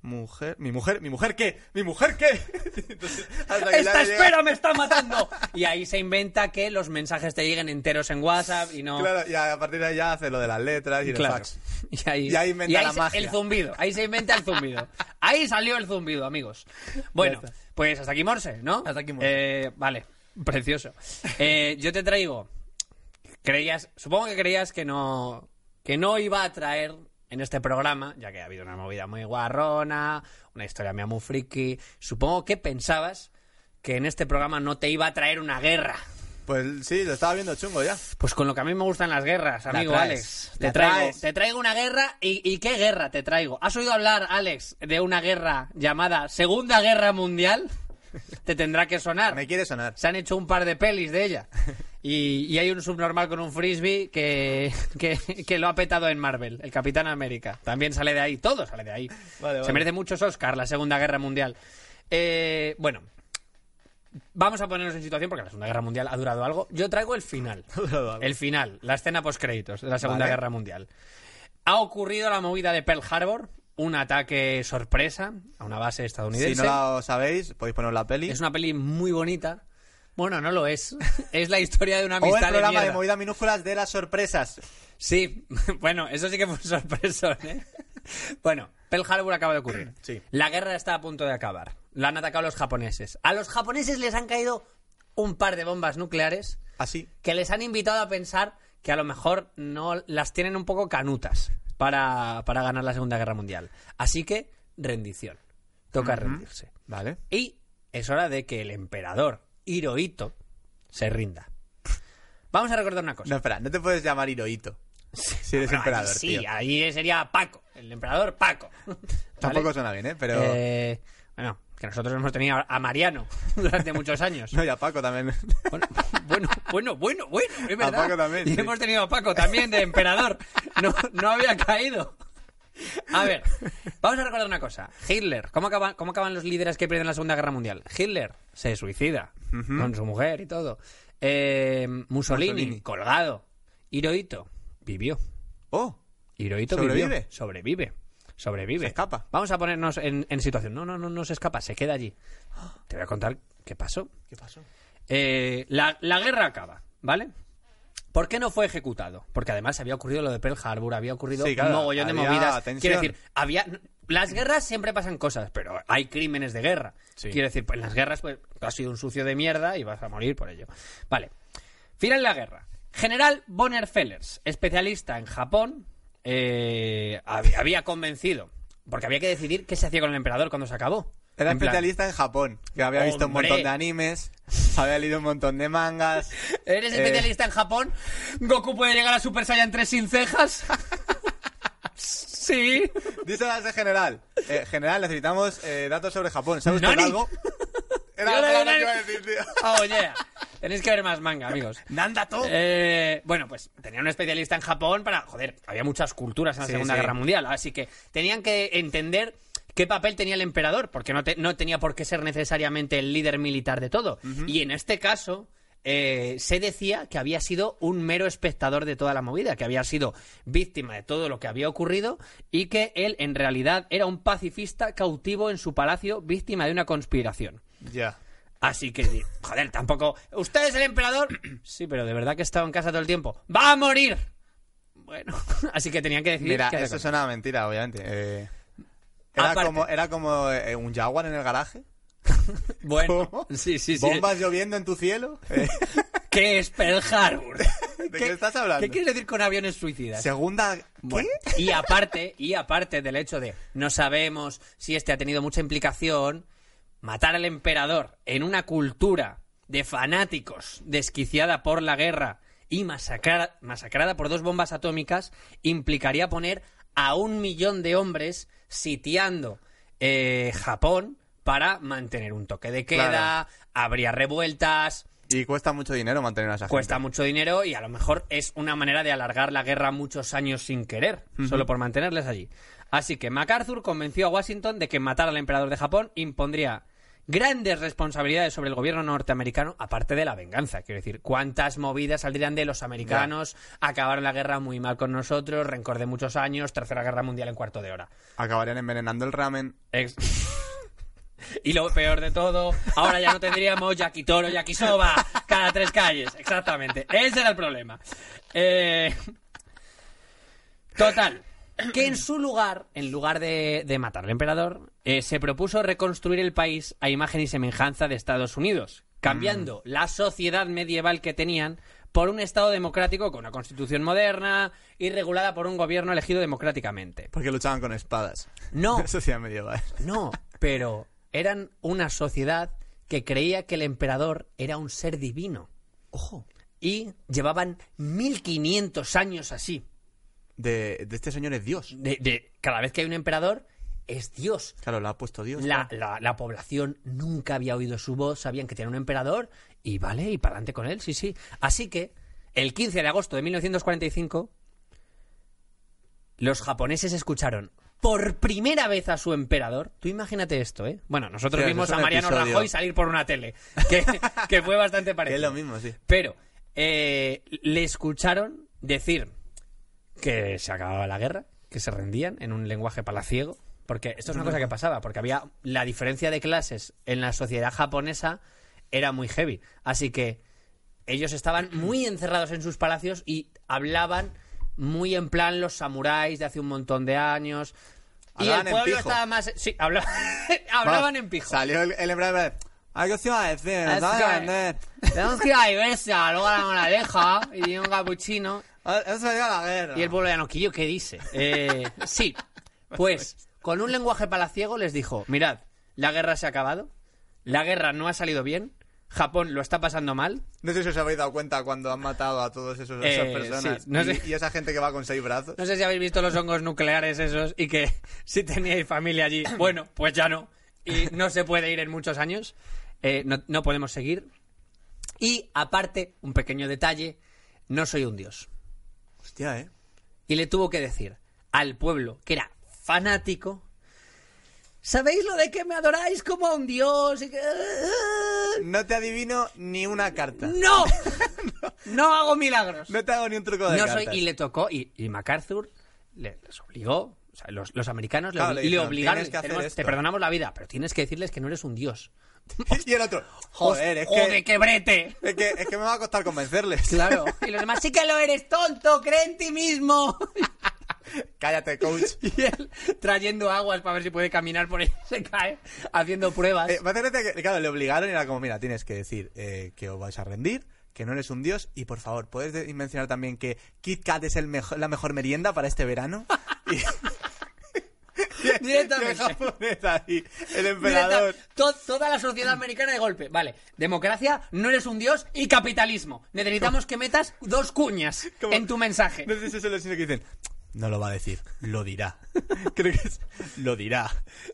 S3: mujer. ¿Mi mujer? ¿Mi mujer qué? ¿Mi mujer qué? *laughs* Entonces, hasta que ya
S2: ¡Esta
S3: le llega-
S2: espera me está matando! Y ahí se inventa que los mensajes te lleguen enteros en WhatsApp y no...
S3: Claro, y a partir de ahí ya hace lo de las letras y
S2: Claro.
S3: el fax.
S2: *laughs* Y ahí,
S3: Y ahí inventa la
S2: se-
S3: magia.
S2: El zumbido. Ahí se inventa el
S3: *laughs*
S2: zumbido. ahí salió el zumbido, amigos. Bueno,
S3: Ya está.
S2: pues hasta aquí Morse, ¿no?
S3: Hasta aquí Morse.
S2: Eh, vale,
S3: *laughs*
S2: precioso. Eh, yo te traigo. Creías, supongo que creías que no, que no iba a traer en este programa, ya que ha habido una movida muy guarrona, una historia mía muy friki. Supongo que pensabas que en este programa no te iba a traer una guerra.
S3: Pues sí, lo estaba viendo chungo ya.
S2: Pues con lo que a mí me gustan las guerras, amigo
S3: traes,
S2: Alex.
S3: la
S2: Te traigo,
S3: traes.
S2: te traigo una guerra y, y ¿qué guerra te traigo? ¿Has oído hablar, Alex, de una guerra llamada Segunda Guerra Mundial?
S3: *laughs*
S2: Te tendrá que sonar.
S3: Me quiere
S2: *laughs*
S3: sonar.
S2: Se han hecho un par de pelis de
S3: *laughs*
S2: ella. Y, y hay un subnormal con un frisbee que, que, que lo ha petado en Marvel, el Capitán América. También sale de ahí, todo sale de ahí.
S3: Vale,
S2: Se
S3: vale.
S2: merece muchos Oscar la Segunda Guerra Mundial. Eh, bueno, vamos a ponernos en situación porque la Segunda Guerra Mundial ha durado algo. Yo traigo el
S3: *laughs*
S2: final.
S3: durado algo.
S2: El final, la escena postcréditos de la Segunda
S3: Vale.
S2: Guerra Mundial. Ha ocurrido la movida de Pearl Harbor, un ataque sorpresa a una base
S3: Si
S2: estadounidense.
S3: no la sabéis, podéis poner la peli.
S2: Es una peli muy bonita. Bueno, no lo
S3: *laughs*
S2: es. Es la historia de una
S3: o
S2: amistad
S3: el programa de,
S2: mierda.
S3: movidas minúsculas de las sorpresas.
S2: Sí, *laughs* bueno, eso sí que fue sorpresa, ¿eh? *laughs* Bueno, Pearl Harbor acaba de ocurrir.
S3: Sí.
S2: La guerra está a punto de acabar. La han atacado los japoneses. A los japoneses les han caído un par de bombas nucleares
S3: Así.
S2: que les han invitado a pensar que a lo mejor no las tienen un poco canutas para, para ganar la Segunda Guerra Mundial. Así que rendición. Toca rendirse.
S3: Vale.
S2: Y es hora de que el emperador Hirohito se rinda. Vamos a recordar una cosa.
S3: No, espera, no te puedes llamar Hirohito. Si eres
S2: Bueno, ahí
S3: emperador,
S2: sí,
S3: tío.
S2: ahí sería Paco, el emperador Paco. ¿Vale?
S3: Tampoco suena bien, ¿eh? Pero.
S2: Eh, bueno, que nosotros hemos tenido a Mariano durante muchos años.
S3: *laughs* No, ya Paco también.
S2: Bueno, *laughs* bueno, bueno, bueno, bueno, es verdad.
S3: Paco también,
S2: Y
S3: sí.
S2: hemos tenido a Paco también de emperador. No, no había caído. A ver, vamos a recordar una cosa. Hitler, ¿cómo acaban, cómo acaban los líderes que pierden la Segunda Guerra Mundial? Hitler se suicida con su mujer y todo. Eh, Mussolini,
S3: Mussolini.
S2: colgado. Hirohito vivió.
S3: Oh,
S2: Hirohito
S3: ¿Sobrevive?
S2: vivió. Sobrevive. Sobrevive.
S3: Se escapa.
S2: Vamos a ponernos en, en situación. No, no, no, no se escapa, se queda allí. Te voy a contar qué pasó.
S3: ¿qué pasó?
S2: Eh, la, la guerra acaba, ¿vale? ¿Por qué no fue ejecutado? Porque además había ocurrido lo de Pearl Harbor, había ocurrido
S3: Sí, claro,
S2: un mogollón de
S3: había
S2: movidas.
S3: tensión.
S2: Quiero decir, había. Las guerras siempre pasan cosas, pero hay crímenes de guerra.
S3: Sí.
S2: Quiero decir, pues, en las guerras, pues, tú has sido un sucio de mierda y vas a morir por ello. Vale. Final de la guerra. General Bonner Fellers, especialista en Japón, eh, hab- había convencido. Porque había que decidir qué se hacía con el emperador cuando se acabó.
S3: Era
S2: En plan,
S3: especialista en Japón, que había visto un
S2: ¡Hombre!
S3: montón de animes, había leído un montón
S2: *laughs*
S3: de mangas.
S2: ¿Eres
S3: Eh,
S2: especialista en Japón? ¿Goku puede llegar a Super Saiyan 3 sin cejas? *laughs* sí.
S3: Díselo a ese general. Eh, general, necesitamos eh, datos sobre Japón. ¿Sabes usted
S2: ¡Nani! *laughs*
S3: algo? Era
S2: Yo
S3: la
S2: le
S3: palabra
S2: gané.
S3: que iba a decir, tío.
S2: *laughs* Oh, yeah. Tenéis que ver más manga, amigos.
S3: ¡Nandato!
S2: Eh, bueno, pues tenía un especialista en Japón para... Joder, había muchas culturas en la
S3: Sí,
S2: Segunda
S3: sí.
S2: Guerra Mundial, así que tenían que entender qué papel tenía el emperador, porque no, te- no tenía por qué ser necesariamente el líder militar de todo. Y en este caso... eh, se decía que había sido un mero espectador de toda la movida, que había sido víctima de todo lo que había ocurrido y que él en realidad era un pacifista cautivo en su palacio, víctima de una conspiración.
S3: Ya.
S2: Así que, di- joder, tampoco. ¿Usted es el emperador? *clears throat* Sí, pero de verdad que he estado en casa todo el tiempo. ¡Va a morir! Bueno, *laughs* así que tenían que decidir.
S3: Mira,
S2: qué hacer
S3: eso
S2: con
S3: es una mentira, obviamente. Eh, era
S2: Aparte-
S3: como, era como eh, un jaguar en el garaje.
S2: él. Bueno,
S3: *laughs* ¿Cómo?
S2: sí, sí, sí.
S3: ¿Bombas lloviendo en
S2: *laughs*
S3: tu cielo? Eh, *laughs*
S2: ¿Qué es Pearl Harbor?
S3: ¿De qué estás hablando?
S2: ¿Qué quieres decir con aviones suicidas?
S3: segunda... ¿Qué?
S2: Bueno, y aparte, y aparte del hecho de no sabemos si este ha tenido mucha implicación, matar al emperador en una cultura de fanáticos desquiciada por la guerra y masacra- masacrada por dos bombas atómicas implicaría poner a un millón de hombres sitiando eh, Japón para mantener un toque de queda, habría revueltas,
S3: Y cuesta mucho dinero mantener a esa gente.
S2: cuesta mucho dinero y a lo mejor es una manera de alargar la guerra muchos años sin querer, solo por mantenerles allí. Así que MacArthur convenció a Washington de que matar al emperador de Japón impondría grandes responsabilidades sobre el gobierno norteamericano, aparte de la venganza. Quiero decir, cuántas movidas saldrían de los americanos, acabaron la guerra muy mal con nosotros, rencor de muchos años, tercera guerra mundial en cuarto de hora.
S3: Acabarían envenenando el ramen.
S2: Ex- *laughs* Y lo peor de todo, ahora ya no tendríamos Yakitoro, Yakisoba cada tres calles. Exactamente. Ese era el problema. Eh, Total. Que en su lugar, en lugar de, de matar al emperador, eh, se propuso reconstruir el país a imagen y semejanza de Estados Unidos, cambiando la sociedad medieval que tenían por un Estado democrático con una constitución moderna y regulada por un gobierno elegido democráticamente.
S3: Porque luchaban con espadas. *laughs*
S2: No.
S3: Sociedad medieval.
S2: No, pero eran una sociedad que creía que el emperador era un ser divino. Ojo. Y llevaban 1500 años así.
S3: De, de este señor es Dios.
S2: De, de- cada vez que hay un emperador, es Dios.
S3: Claro, lo ha puesto Dios.
S2: La,
S3: claro.
S2: la- la población nunca había oído su voz, sabían que tenía un emperador y vale, y para adelante con él, sí, sí. Así que, el 15 de agosto de 1945, los japoneses escucharon por primera vez a su emperador. Tú imagínate esto, ¿eh? Bueno, nosotros
S3: Sí, eso
S2: vimos
S3: es
S2: a
S3: un
S2: Mariano
S3: episodio.
S2: Rajoy salir por una tele, que, que fue bastante
S3: *laughs* Que
S2: parecido.
S3: es lo mismo, sí.
S2: Pero eh, le escucharon decir que se acababa la guerra, que se rendían en un lenguaje palaciego. Porque esto es una cosa que pasaba, porque había la diferencia de clases en la sociedad japonesa era muy heavy. Así que ellos estaban muy encerrados en sus palacios y hablaban muy en plan los samuráis de hace un montón de años.
S3: Hablaban
S2: y el
S3: en
S2: pueblo
S3: pijo.
S2: estaba más... Sí, habla- *laughs* hablaban
S3: Vamos,
S2: en pijo. Ah,
S3: Salió el, el emperador. Algo se iba a decir,
S2: Es
S3: ¿sabes?
S2: que tenemos que ir a la iglesia, luego a la moraleja y tiene un capuchino.
S3: Ah, Eso se dio a la guerra.
S2: Y el pueblo de Anoquillo, ¿qué dice? Eh, sí, pues con un lenguaje palaciego les dijo, mirad, la guerra se ha acabado, la guerra no ha salido bien, Japón lo está pasando mal,
S3: No sé si os habéis dado cuenta cuando han matado a todos esos esas
S2: Eh,
S3: personas.
S2: sí, no
S3: y,
S2: sé.
S3: y esa gente que va con seis brazos.
S2: no sé si habéis visto los hongos nucleares esos y que *laughs* si teníais familia allí, bueno, pues ya no, y no se puede ir en muchos años, Eh, no- no podemos seguir. Y aparte, un pequeño detalle, no soy un dios.
S3: Hostia, ¿eh?
S2: y le tuvo que decir al pueblo, que era fanático, ¿sabéis lo de que me adoráis como a un dios? y que- "Ah,
S3: No te adivino ni una carta. *laughs*
S2: ¡No! No hago milagros.
S3: No te hago ni un truco de
S2: No soy,
S3: cartas.
S2: y le tocó, y, y MacArthur le- les obligó, o sea, los, los americanos le,
S3: Claro,
S2: obli-
S3: le
S2: le
S3: dijeron,
S2: obligaron,
S3: "Tienes que hacer
S2: "Tenemos- te
S3: esto".
S2: perdonamos la vida, pero tienes que decirles que no eres un dios.
S3: *laughs* Y el otro. Joder, es que,
S2: ¡Joder, qué
S3: *laughs*
S2: brete!
S3: es que. es que me va a costar convencerles.
S2: Claro. Y los demás, sí que lo eres, tonto, cree en ti mismo.
S3: Cállate, coach.
S2: *laughs* Y él trayendo aguas para ver si puede caminar por ahí, *laughs* se cae, haciendo pruebas.
S3: Eh, me hace gracia que, claro, le obligaron y era como, mira, tienes que decir eh, que os vais a rendir, que no eres un dios y, por favor, ¿puedes de- mencionar también que Kit Kat es el mejo- la mejor merienda para
S2: *laughs*
S3: este verano? Y,
S2: *laughs* Directamente.
S3: *laughs* y
S2: *laughs*
S3: el japonés ahí, el emperador.
S2: Directa- to- toda la sociedad americana de golpe. Vale, democracia, no eres un dios y capitalismo. Necesitamos que metas dos cuñas
S3: Como-
S2: en tu mensaje.
S3: No sé si eso es lo sino que dicen, no lo va a decir, lo dirá. *laughs* Creo que es, lo dirá.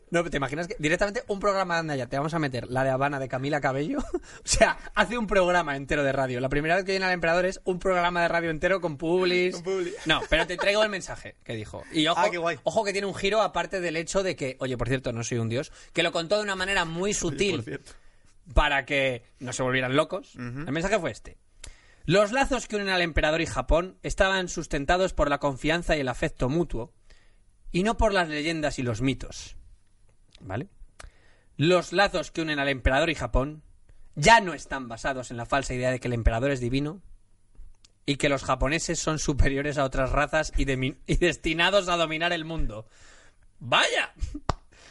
S2: No, te imaginas que directamente un programa de Anda ya, te vamos a meter la de Habana de Camila Cabello. *laughs* O sea, hace un programa entero de radio. La primera vez que viene al emperador es un programa de radio entero con publis.
S3: Con publi.
S2: No, pero te traigo el mensaje que dijo. Y ojo,
S3: Ah, qué guay.
S2: ojo que tiene un giro aparte del hecho de que, oye, por cierto, no soy un dios, que lo contó de una manera muy sutil.
S3: por cierto.
S2: para que no se volvieran locos. El mensaje fue este. Los lazos que unen al emperador y Japón estaban sustentados por la confianza y el afecto mutuo y no por las leyendas y los mitos. ¿Vale? Los lazos que unen al emperador y Japón ya no están basados en la falsa idea de que el emperador es divino y que los japoneses son superiores a otras razas y, demi- y destinados a dominar el mundo. ¡Vaya! *laughs*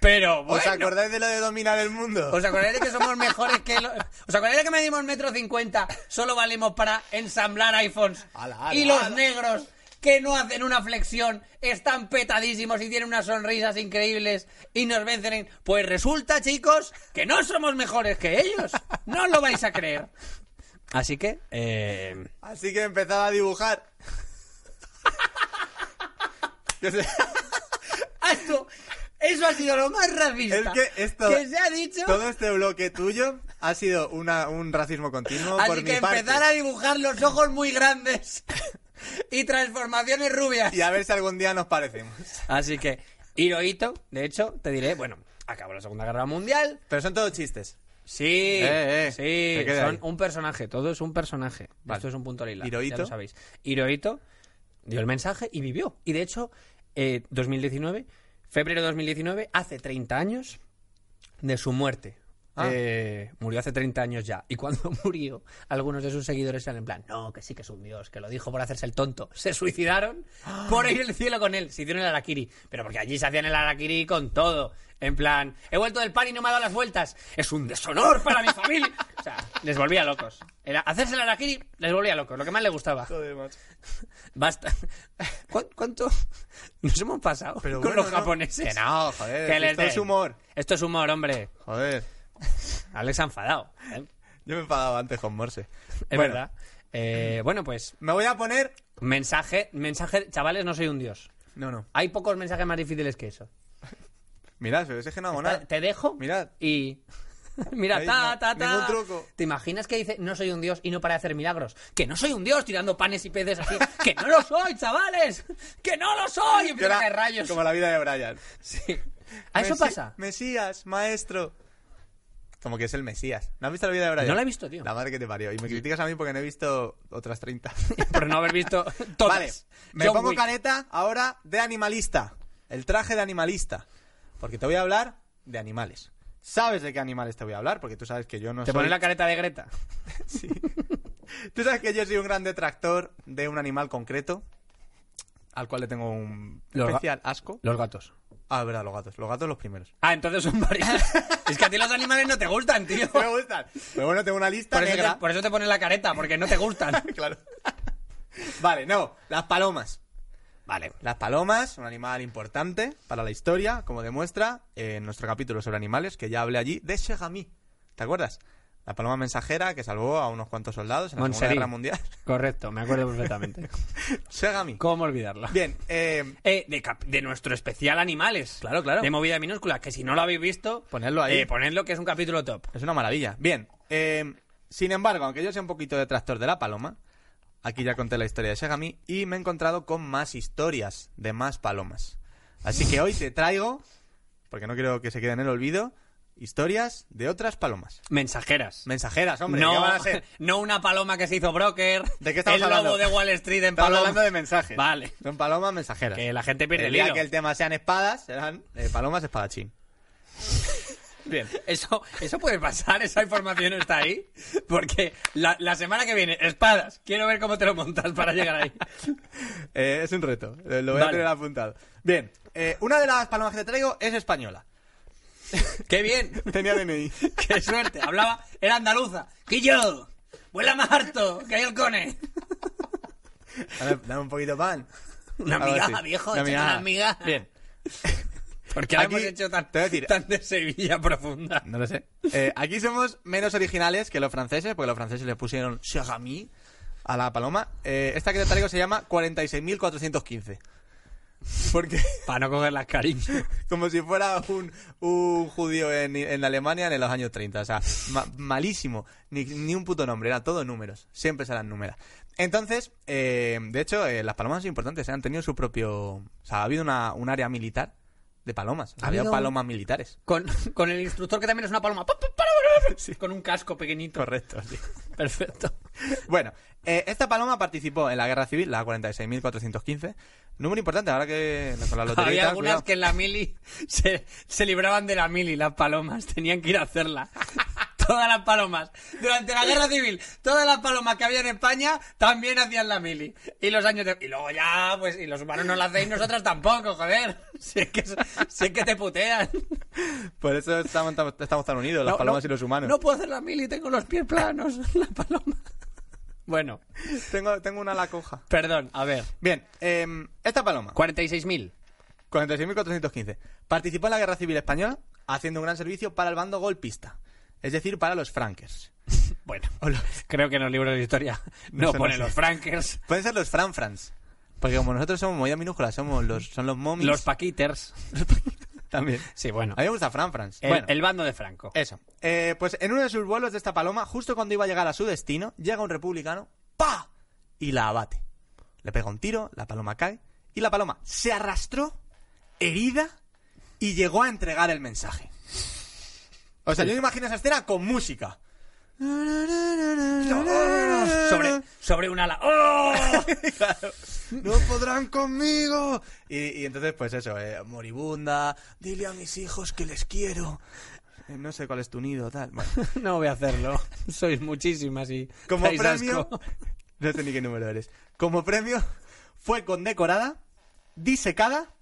S2: Pero bueno.
S3: ¿Os acordáis de lo de dominar el mundo?
S2: ¿Os acordáis de que somos mejores que los... ¿Os acordáis de que medimos metro cincuenta? Solo valimos para ensamblar iPhones.
S3: Ala, ala,
S2: y los
S3: ala.
S2: negros que no hacen una flexión están petadísimos y tienen unas sonrisas increíbles y nos vencen en... Pues resulta, chicos, que no somos mejores que ellos. No lo vais a creer. Así que... eh,
S3: Así que *laughs* empezaba a dibujar. Que se-
S2: Ah, esto- eso ha sido lo más racista
S3: Es que esto-
S2: se ha dicho.
S3: Todo este bloque tuyo ha sido una, un racismo continuo por
S2: Así
S3: mi
S2: que
S3: parte.
S2: empezar a dibujar los ojos muy grandes y transformaciones rubias.
S3: Y a ver si algún día nos parecemos.
S2: Así que, Hirohito, de hecho, te diré, bueno, acabó la Segunda Guerra Mundial.
S3: Pero son todos chistes.
S2: Sí,
S3: Eh, eh, te
S2: sí,
S3: queda
S2: son
S3: ahí.
S2: un personaje, todo es un personaje.
S3: Vale.
S2: Esto es un punto al hilo, ya
S3: Hirohito.
S2: lo sabéis. Hirohito dio el mensaje y vivió. Y de hecho, eh, 2019, febrero de 2019, hace 30 años de su muerte.
S3: Ah.
S2: Eh, murió hace 30 años ya. Y cuando *laughs* murió, algunos de sus seguidores eran en plan, no, que sí que es un dios, que lo dijo por hacerse el tonto. Se
S3: *gasps*
S2: suicidaron por ir al cielo con él. Se hicieron el araquiri. Pero porque allí se hacían el araquiri con todo. En plan, he vuelto del pan y no me ha dado las vueltas. Es un deshonor para mi
S3: *laughs*
S2: familia. O sea, les volvía locos. Era hacerse el araquiri les volvía locos. Lo que más les gustaba. Basta. *laughs* ¿Cu- ¿Cuánto *laughs* nos hemos pasado
S3: Pero
S2: con
S3: bueno,
S2: los
S3: no.
S2: japoneses?
S3: Que no, joder,
S2: Que les
S3: esto es
S2: den.
S3: humor.
S2: Esto es humor, hombre.
S3: Joder.
S2: Alex ha enfadado. ¿eh?
S3: Yo me enfadaba antes con Morse.
S2: Es
S3: Bueno,
S2: verdad. Eh, bueno, pues
S3: Me voy a poner.
S2: mensaje, mensaje, chavales, no soy un dios.
S3: No, no.
S2: Hay pocos mensajes más difíciles que eso.
S3: Mirad, pero es que no hago nada.
S2: Te dejo
S3: Mirad. *laughs*
S2: y... Mira,
S3: Ahí
S2: ta,
S3: no-
S2: ta, ta.
S3: ningún truco.
S2: ¿Te imaginas que dice no soy un dios y no para de hacer milagros? Que no soy un dios tirando panes y peces
S3: *laughs*
S2: así. ¡Que no lo soy, chavales! ¡Que no lo soy! Y empieza a
S3: Era
S2: caer rayos.
S3: Como la vida de Brian.
S2: *laughs* Sí. ¿A eso
S3: Mesi-
S2: pasa? *laughs*
S3: Mesías, maestro. Como que es el Mesías. ¿No has visto la vida de Brian?
S2: No la he visto, tío.
S3: La madre que te parió. Y me criticas a mí porque no he visto
S2: *laughs*
S3: otras 30.
S2: Por no haber visto todas.
S3: Vale, me
S2: John
S3: pongo
S2: Wick.
S3: careta ahora de animalista. El traje de animalista. Porque te voy a hablar de animales. ¿Sabes de qué animales te voy a hablar? Porque tú sabes que yo no
S2: Te
S3: soy...
S2: pones la careta de Greta.
S3: Sí. Tú sabes que yo soy un gran detractor de un animal concreto al cual le tengo un
S2: Los ga-
S3: especial asco.
S2: Los gatos.
S3: Ah, es verdad, los gatos. Los gatos los primeros.
S2: *laughs* Ah, entonces son
S3: *laughs*
S2: varios. es que a ti los animales no te gustan, tío.
S3: Me gustan. Pero bueno, tengo una lista
S2: Por eso,
S3: negra.
S2: te, por eso te pones la careta, porque no te gustan.
S3: *laughs* Claro. vale, no. Las palomas.
S2: Vale.
S3: Las palomas, un animal importante para la historia, como demuestra en nuestro capítulo sobre animales, que ya hablé allí, de Shegami. ¿Te acuerdas? La paloma mensajera que salvó a unos cuantos soldados en la Segunda
S2: Montseny.
S3: Guerra Mundial. *laughs*
S2: Correcto, me acuerdo perfectamente. *laughs*
S3: Shegami.
S2: ¿Cómo olvidarla?
S3: Bien, eh,
S2: Eh, de, cap- de nuestro especial Animales.
S3: Claro, claro.
S2: De movida minúscula, que si no lo habéis visto,
S3: Ponedlo ahí.
S2: eh, ponedlo que es un capítulo top.
S3: es una maravilla. Bien, eh, sin embargo, aunque yo sea un poquito detractor de la paloma, aquí ya conté la historia de Shegami y me he encontrado con más historias de más palomas. Así que hoy te traigo, porque no quiero que se quede en el olvido, historias de otras palomas.
S2: Mensajeras.
S3: Mensajeras, hombre,
S2: no,
S3: ¿qué van a ser?
S2: *laughs* no una paloma que se hizo broker.
S3: ¿De qué estamos
S2: el lobo
S3: hablando?
S2: de Wall Street en
S3: Estamos
S2: paloma.
S3: hablando de mensajes.
S2: Vale.
S3: Son palomas mensajeras.
S2: Que la gente pierde
S3: el
S2: el
S3: día
S2: hilo.
S3: que el tema sean espadas, serán eh, palomas espadachín. Bien.
S2: *laughs* Eso, eso puede pasar, esa información está ahí. Porque la, la semana que viene, espadas. Quiero ver cómo te lo montas para llegar
S3: *laughs*
S2: ahí.
S3: Eh, es un reto. Lo lo voy a
S2: Vale.
S3: tener apuntado. Bien. eh, una de las palomas que te traigo
S2: *laughs*
S3: es española.
S2: ¡Qué bien!
S3: Tenía DNI.
S2: ¡Qué suerte! Hablaba, era andaluza. ¡Quillo! ¡Vuela más harto! ¡Que hay el cone!
S3: *laughs* Dame, dame un poquito de pan.
S2: Una
S3: Algo
S2: migaja,
S3: así.
S2: viejo, échame una migaja.
S3: Bien.
S2: Porque la
S3: Aquí,
S2: hemos hecho tan,
S3: te voy a decir-
S2: tan de Sevilla profunda.
S3: No lo sé. Eh, aquí somos menos originales que los franceses, porque los franceses le pusieron Shagami a la paloma. Eh, esta que te traigo se llama 46.415. Porque...
S2: Para no coger las cariños.
S3: Como si fuera un, un judío en, en Alemania en los años 30. O sea, ma- malísimo. Ni, ni un puto nombre, era todo números. Siempre serán números. Entonces, eh, de hecho, eh, las palomas son importantes. ¿eh? Han tenido su propio. O sea, ha habido una, un área militar de palomas.
S2: Ha
S3: Ha habido
S2: habido-
S3: palomas
S2: *laughs*
S3: militares.
S2: Con, con el instructor que también es una
S3: *laughs*
S2: paloma. Con un casco pequeñito.
S3: Correcto, sí.
S2: Perfecto.
S3: Bueno, eh, esta paloma participó en la guerra civil, la 46.415. Número importante, ahora que con la lotería.
S2: *laughs*
S3: y
S2: Había
S3: tal,
S2: algunas
S3: cuidado.
S2: que en la mili se, se libraban de la mili, las palomas, *laughs* tenían que ir a hacerla. *laughs* todas las palomas. Durante la guerra civil, todas las palomas que había en España también hacían la mili. Y los años de... Y luego ya, pues, y los humanos no la hacéis, nosotros tampoco, joder. *laughs* Si es que, si es que te putean.
S3: Por eso estamos, tan- estamos tan unidos, las
S2: No,
S3: palomas
S2: no,
S3: y los humanos.
S2: No puedo hacer la mili, tengo los pies planos, *laughs* la paloma. Bueno,
S3: Tengo, tengo una la coja.
S2: perdón, a ver.
S3: Bien, eh, esta paloma,
S2: 46.000.
S3: 46.415, participó en la Guerra Civil Española haciendo un gran servicio para el bando golpista, es decir, para los frankers.
S2: Bueno, creo que en los libros de historia no,
S3: sé, no
S2: pone
S3: sé.
S2: los frankers.
S3: Pueden ser los franfrans, Porque como nosotros somos movidas minúsculas, somos los, son los momis.
S2: Los paquiters.
S3: también.
S2: *laughs* Sí, bueno.
S3: A mí me gusta Fran Frans.
S2: El,
S3: Bueno,
S2: el bando de Franco.
S3: Eso. Eh, pues en uno de sus vuelos de esta paloma, justo cuando iba a llegar a su destino, llega un republicano, ¡pa! Y la abate. Le pega un tiro, la paloma cae, y la paloma se arrastró, herida, y llegó a entregar el mensaje. O sea, yo me imagino esa escena con música.
S2: Sobre, sobre un ala. ¡Oh!
S3: Claro. ¡No podrán conmigo! Y, y entonces, pues eso, eh, moribunda, dile a mis hijos que les quiero. Eh, No sé cuál es tu nido, tal. Bueno.
S2: *laughs* No voy a hacerlo. Sois muchísimas y.
S3: Como
S2: dais
S3: premio.
S2: asco.
S3: *laughs* No sé ni qué número eres. Como premio, fue condecorada, disecada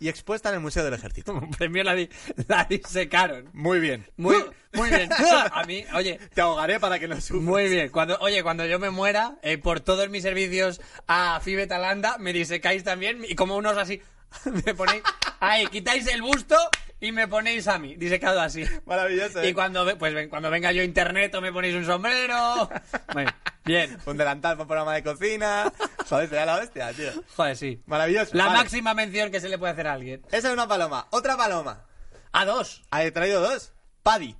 S3: y expuesta en el Museo del Ejército.
S2: Como premio la, di- la disecaron.
S3: Muy bien.
S2: Muy, muy bien.
S3: *laughs*
S2: A mí, oye,
S3: Te ahogaré para que no sufras.
S2: Muy bien. Cuando, oye, cuando yo me muera, eh, por todos mis servicios a Fibe Talanda, me disecáis también y como unos así, *laughs* me ponéis... Ahí, quitáis el busto y me ponéis a mí, disecado así.
S3: Maravilloso. ¿eh?
S2: Y cuando, ve- pues, ven- cuando venga yo a internet o me ponéis un sombrero. Bueno, bien.
S3: Un delantal para un programa de cocina. Joder, será la bestia, tío.
S2: Joder, sí.
S3: Maravilloso.
S2: La
S3: Vale.
S2: máxima mención que se le puede hacer a alguien.
S3: Esa es una paloma. Otra paloma.
S2: A dos.
S3: Ha traído dos. Paddy,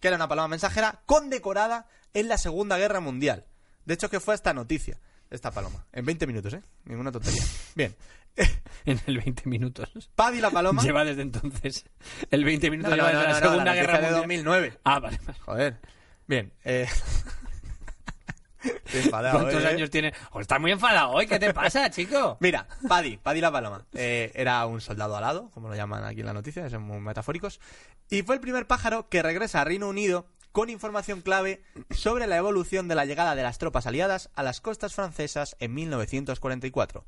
S3: que era una paloma mensajera condecorada en la Segunda Guerra Mundial. De hecho, que fue esta noticia. Esta paloma. En 20 minutos, ¿eh? Ninguna tontería. Bien.
S2: *laughs*
S3: *laughs*
S2: En el 20 minutos.
S3: Paddy la paloma.
S2: Lleva desde entonces. El 20 minutos
S3: No, no,
S2: lleva desde
S3: no,
S2: la
S3: no, no,
S2: Segunda
S3: la noticia
S2: Guerra
S3: de
S2: Mundial.
S3: 2009.
S2: Ah, vale, vale.
S3: Joder. Bien. *laughs* Eh... Estoy enfadado,
S2: ¿Cuántos
S3: eh.
S2: años tiene? Oh, está muy enfadado hoy.
S3: *laughs*
S2: ¿Qué te pasa, chico?
S3: Mira, Paddy, Paddy la paloma. eh, era un soldado alado, como lo llaman aquí en la noticia, son muy metafóricos. Y fue el primer pájaro que regresa a Reino Unido con información clave sobre la evolución de la llegada de las tropas aliadas a las costas francesas en 1944.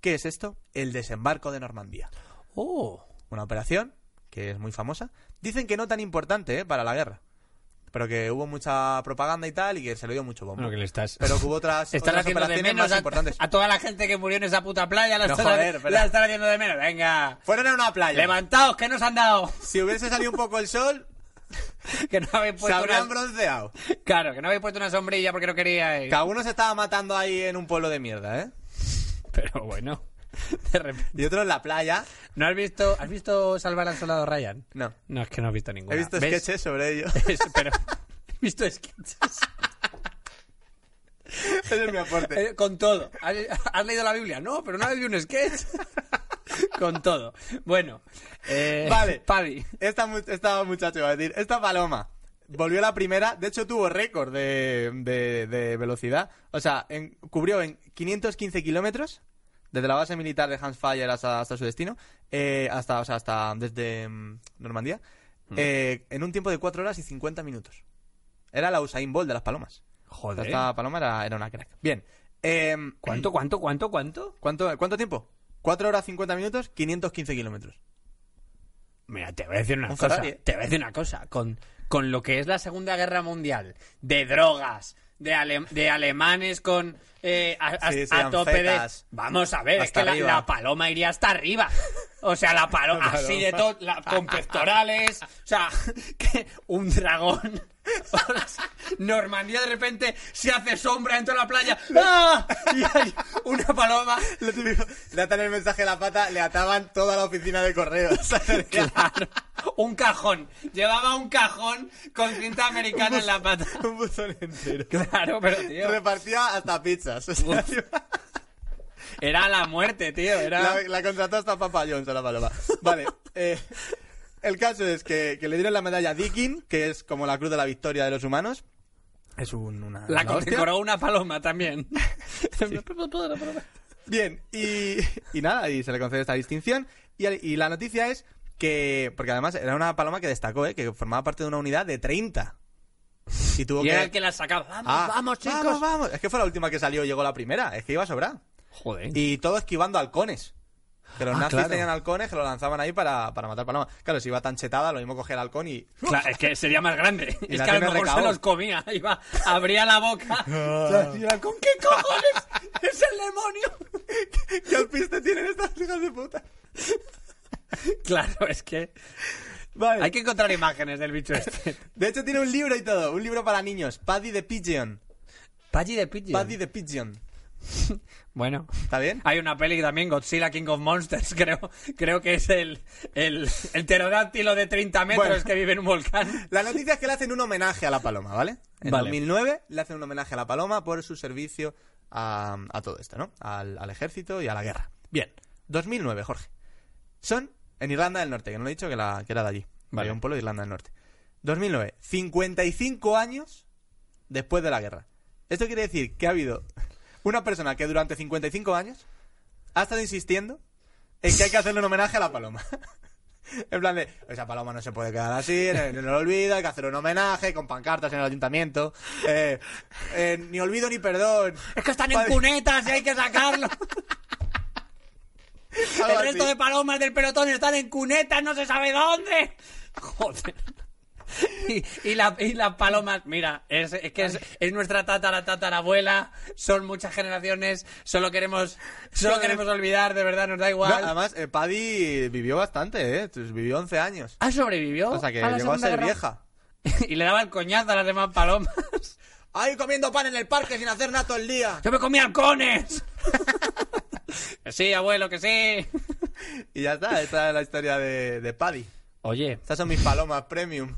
S3: ¿Qué es esto? El desembarco de Normandía.
S2: Oh.
S3: Una operación que es muy famosa. Dicen que no tan importante eh, para la guerra, pero que hubo mucha propaganda y tal y que se le dio mucho bombo.
S2: Bueno, que le estás.
S3: *laughs* Pero que hubo otras,
S2: *laughs* Están
S3: otras
S2: haciendo de
S3: operaciones
S2: menos
S3: más
S2: a,
S3: importantes.
S2: a toda la gente que murió en esa puta playa. La,
S3: No,
S2: están,
S3: joder, pero-
S2: la están haciendo de menos. Venga.
S3: Fueron a una playa.
S2: Levantaos, que nos han dado. *laughs*
S3: Si hubiese salido un poco el sol,
S2: Que no habéis
S3: se
S2: puesto
S3: habrían
S2: una...
S3: bronceado.
S2: Claro, que no habéis puesto una sombrilla porque no queríais.
S3: Cada uno se estaba matando ahí en un pueblo de mierda, ¿eh?
S2: Pero bueno. De repente.
S3: Y otro en la playa.
S2: ¿No has visto, has visto Salvar al Soldado Ryan?
S3: No.
S2: No, es que no he visto ninguna.
S3: He visto
S2: ¿Ves? *laughs*
S3: sketches sobre ello.
S2: Eso, pero. He visto sketches.
S3: Ese es mi aporte.
S2: Eh, Con todo. ¿Has, has leído la Biblia? No, pero no has leído un
S3: *laughs*
S2: sketch. Con todo. Bueno. eh,
S3: Vale.
S2: Paddy.
S3: Esta, mu- esta muchacho iba a decir, esta paloma volvió la primera. De hecho, tuvo récord de, de- de velocidad. O sea, en- cubrió en 515 kilómetros. Desde la base militar de Hans Fire hasta, hasta su destino, eh, hasta, o sea, hasta desde mm, Normandía, eh, en un tiempo de 4 horas y 50 minutos. Era la Usain Bolt de las palomas.
S2: Joder.
S3: Esta paloma era, era una crack. Bien. em,
S2: ¿Cuánto, cuánto, cuánto, cuánto?
S3: ¿cuánto, ¿Cuánto tiempo? 4 horas 50 minutos, 515 kilómetros.
S2: Mira, te voy a decir una
S3: Un
S2: cosa.
S3: Ferrari, eh.
S2: Te voy a decir una cosa. Con, con lo que es la Segunda Guerra Mundial, de drogas, de, ale- de alemanes con. eh, a, a-
S3: Sí, sí,
S2: a tope de.
S3: anfetas.
S2: Vamos a ver, es
S3: Hasta
S2: que la,
S3: arriba.
S2: la paloma iría hasta arriba. O sea, la paloma,
S3: *laughs* La
S2: así
S3: paloma.
S2: de todo, la- con pectorales. O sea, *laughs* que un dragón. *laughs* O sea, Normandía de repente se hace sombra en toda la playa. ¡Ah! Y hay una paloma.
S3: Lo típico, le atan el mensaje a la pata, le ataban toda la oficina
S2: *laughs*
S3: de correos.
S2: Claro. Un cajón. Llevaba un cajón con cinta americana en la pata.
S3: Un buzón entero.
S2: Claro, pero tío.
S3: Repartía hasta pizzas. o sea,
S2: Uf.
S3: tío,
S2: Era la muerte, tío. Era.
S3: *laughs* la, la contrató hasta Papa John's a la paloma. Vale. eh, el caso es que, que le dieron la medalla Dickin, que es como la cruz de la victoria de los humanos. Es un- una.
S2: La
S3: una hostia.
S2: condecoró una paloma
S3: *laughs*
S2: también.
S3: Bien, y, y nada, y se le concede esta distinción. Y, al- y la noticia es que, porque además era una paloma que destacó, ¿eh? que formaba parte de una unidad de 30. Y tuvo
S2: Y
S3: que...
S2: era el que la sacaba. Vamos,
S3: Ah,
S2: vamos, chicos.
S3: Vamos, vamos. Es que fue la última que salió, llegó la primera, es que iba a sobrar.
S2: Joder.
S3: Y todo esquivando halcones. Que los
S2: Ah,
S3: nazis
S2: claro.
S3: tenían halcones que lo lanzaban ahí para, para matar palomas. Claro, si iba tan chetada, lo mismo cogía el halcón y...
S2: Claro, es que sería más grande.
S3: *laughs* Y
S2: es
S3: la
S2: que a lo
S3: tiene
S2: mejor se
S3: recao.
S2: los comía. Iba, abría la
S3: *laughs*
S2: boca. Y era, ¿Con qué cojones? ¡Es el demonio!
S3: *laughs* ¿Qué alpiste tienen estas hijas de puta?
S2: Claro, es que
S3: Vale.
S2: hay que encontrar imágenes del bicho este.
S3: De hecho tiene un libro y todo, un libro para niños. Paddy the Pigeon.
S2: Paddy de Pigeon.
S3: Paddy the Pigeon.
S2: Bueno.
S3: ¿Está bien?
S2: Hay una peli también, Godzilla King of Monsters, *laughs* creo, creo que es el, el, el pterodáctilo de 30 metros
S3: Bueno.
S2: que vive en un volcán.
S3: La noticia es que le hacen un homenaje a la paloma, ¿vale? En
S2: Vale.
S3: 2009 le hacen un homenaje a la paloma por su servicio a, a todo esto, ¿no? Al, al ejército y a la guerra. Bien, 2009, Jorge. Son en Irlanda del Norte, que no le he dicho que, la- que era de allí.
S2: Vale.
S3: Había un pueblo de Irlanda del Norte. 2009, 55 años después de la guerra. Esto quiere decir que ha habido una persona que durante 55 años ha estado insistiendo en que hay que hacerle un homenaje a la paloma. *laughs* En plan de, esa paloma no se puede quedar así, eh, no lo olvida, hay que hacer un homenaje con pancartas en el ayuntamiento. eh, eh, ni olvido
S2: *laughs*
S3: ni perdón.
S2: Es que están en
S3: Padre-
S2: cunetas y hay que sacarlo.
S3: *laughs* Algo
S2: El resto
S3: así.
S2: de palomas del pelotón están en cunetas, no se sabe dónde. Joder. *laughs* Y, y la- y las palomas, mira, es, es que es, es nuestra tatara tatarabuela, son muchas generaciones, solo queremos, solo
S3: Joder.
S2: queremos olvidar, de verdad, nos da
S3: No,
S2: igual.
S3: además, eh, Paddy vivió bastante, ¿eh? Pues Vivió 11 años.
S2: ah, sobrevivió.
S3: O sea que
S2: la
S3: llegó Oh, a
S2: Segunda
S3: ser
S2: Guerra.
S3: vieja.
S2: *laughs* Y le daba el coñazo a las demás palomas.
S3: Ahí comiendo pan en el parque sin hacer nada todo el día.
S2: *laughs* ¡Yo me comí halcones! *laughs* Que sí, abuelo, que sí.
S3: *laughs* Y ya está, esta es la historia de, de Paddy.
S2: Oye,
S3: Estas son mis palomas *laughs* premium.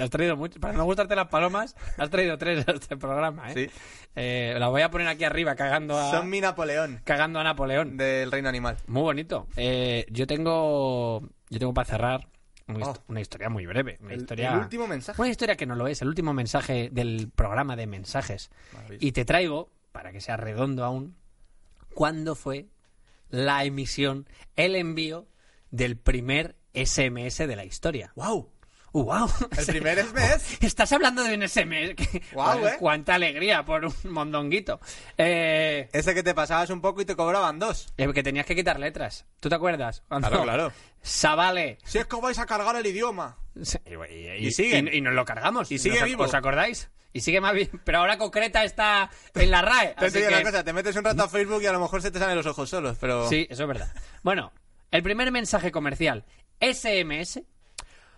S2: Has traído mucho. Para no gustarte las palomas, has traído tres a este programa, ¿eh?
S3: Sí.
S2: Eh, las voy a poner aquí arriba, cagando a,
S3: Son mi Napoleón
S2: cagando a Napoleón.
S3: del reino animal.
S2: Muy bonito. Eh, yo tengo. Yo tengo para cerrar una, hist-
S3: Oh.
S2: una historia muy breve. Una
S3: El-
S2: historia,
S3: el último mensaje.
S2: Una historia que no lo es, el último mensaje del programa de mensajes.
S3: Maravilloso.
S2: Y te traigo, para que sea redondo aún, cuándo fue la emisión, el envío del primer SMS de la historia.
S3: ¡Wow!
S2: Uh, wow. *laughs*
S3: El primer SMS.
S2: Estás hablando de un SMS. que-
S3: Guau, eh.
S2: Cuánta alegría por un mondonguito. Eh,
S3: Ese que te pasabas un poco y te cobraban dos.
S2: eh, que tenías que quitar letras. ¿Tú te acuerdas? Cuando-
S3: Claro, claro.
S2: *laughs* Sabale.
S3: Si es que vais a cargar el idioma.
S2: Y, y-
S3: Y siguen.
S2: y- y nos lo cargamos.
S3: Y sigue
S2: ¿Nos ac-
S3: vivo.
S2: ¿Os acordáis? Y sigue más bien. Pero ahora concreta está en la RAE.
S3: Te
S2: así
S3: digo
S2: que-
S3: una cosa, te metes un rato a Facebook y a lo mejor se te salen los ojos solos, pero...
S2: Sí, eso es verdad. Bueno, el primer mensaje comercial SMS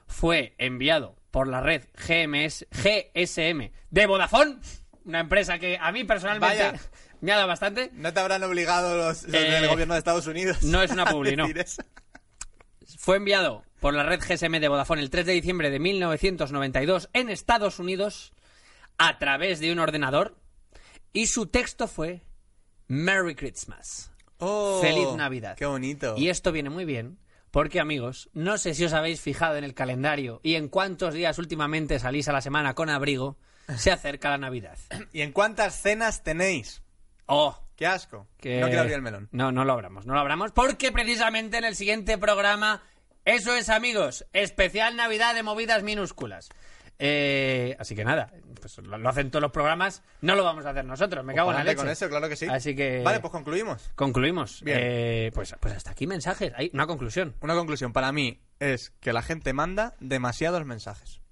S2: fue enviado por la red GMS, GSM de Vodafone, una empresa que a mí personalmente
S3: Vaya.
S2: *laughs* me ha dado bastante.
S3: No te habrán obligado los, los
S2: Eh,
S3: del gobierno de Estados Unidos.
S2: no es una
S3: *laughs* a
S2: publi, no.
S3: decir eso.
S2: Fue enviado por la red GSM de Vodafone el 3 de diciembre de 1992 en Estados Unidos a través de un ordenador y su texto fue Merry Christmas.
S3: Oh,
S2: Feliz Navidad.
S3: Qué bonito.
S2: Y esto viene muy bien, porque amigos, no sé si os habéis fijado en el calendario y en cuántos días últimamente salís a la semana con abrigo, se acerca la
S3: *clears throat*
S2: Navidad.
S3: ¿Y en cuántas cenas tenéis?
S2: Oh,
S3: Qué asco.
S2: que...
S3: No quiero abrir el melón.
S2: No, no lo abramos, no lo abramos, porque precisamente en el siguiente programa, eso es amigos, especial Navidad de movidas minúsculas. Eh, así que nada, pues lo, lo hacen todos los programas, no lo vamos a hacer nosotros, me cago en la
S3: Pues Adelante
S2: leche.
S3: con eso, claro que sí.
S2: Así que...
S3: Vale, pues concluimos.
S2: Concluimos.
S3: Bien.
S2: Eh, pues, pues hasta aquí mensajes. Hay una conclusión.
S3: Una conclusión para mí es que la gente manda demasiados mensajes.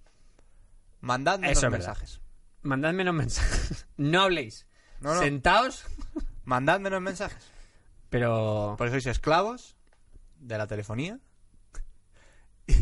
S3: Mandad menos
S2: Eso es verdad.
S3: mensajes.
S2: Mandad menos mensajes. *laughs* No habléis.
S3: No, no.
S2: Sentaos,
S3: Mandad menos mensajes.
S2: pero.
S3: Porque sois esclavos de la telefonía *laughs*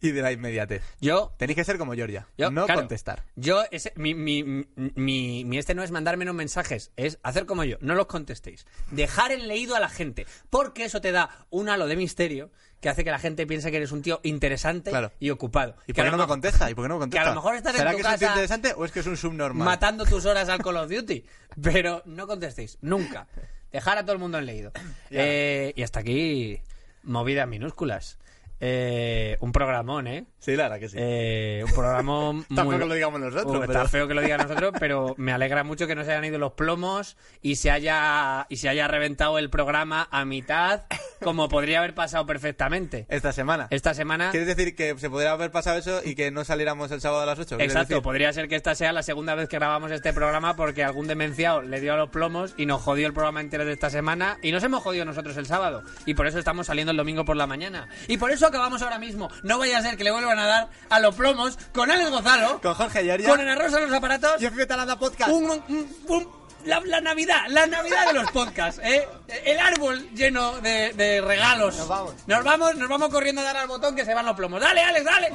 S3: y de la inmediatez.
S2: Yo.
S3: Tenéis que ser como Georgia.
S2: yo
S3: no
S2: claro,
S3: contestar.
S2: Yo, ese, mi, mi, mi- mi este no es mandar menos mensajes, es hacer como yo, no los contestéis. Dejar en leído a la gente, porque eso te da un halo de misterio que hace que la gente piense que eres un tío interesante
S3: Claro.
S2: y ocupado.
S3: ¿Y
S2: Que
S3: por
S2: a
S3: qué
S2: lo
S3: no me
S2: mejor-
S3: contesta? ¿Y por qué no me
S2: que
S3: contesta?
S2: a lo mejor estás en
S3: ¿Será
S2: tu
S3: que es un
S2: casa
S3: tío interesante o es que es un subnormal?
S2: matando tus horas al Call of Duty. Pero no contestéis, nunca. Dejar a todo el mundo en
S3: *laughs*
S2: leído. Eh, y hasta aquí, movidas minúsculas. Eh, un programón, ¿eh?
S3: Sí, la verdad que sí.
S2: Eh, un
S3: *laughs*
S2: programón
S3: Está
S2: muy-
S3: feo que lo digamos nosotros,
S2: Uh, Está
S3: pero-
S2: feo que lo digan nosotros, pero me alegra mucho que no se hayan ido los plomos y se haya, y se haya reventado el programa a mitad, como podría haber pasado perfectamente.
S3: Esta semana.
S2: Esta semana...
S3: ¿Quieres decir que se podría haber pasado eso y que no saliéramos el sábado a las 8? ¿Quieres
S2: Exacto, pues.
S3: decir?
S2: podría ser que esta sea la segunda vez que grabamos este programa porque algún demenciado le dio a los plomos y nos jodió el programa entero de esta semana y nos hemos jodido nosotros el sábado y por eso estamos saliendo el domingo por la mañana y por eso acabamos ahora mismo. No vaya a ser que le vuelvan a dar a los plomos con Alex Gozalo,
S3: Con Jorge Georgia.
S2: con Ana Rosa en los aparatos,
S3: Yo fui Talanda Podcast.
S2: un- un- un- la, la Navidad, la Navidad de los podcasts, ¿eh? el árbol lleno de, de regalos.
S3: Nos vamos.
S2: nos vamos, nos vamos corriendo a dar al botón que se van los plomos. Dale, Alex, dale.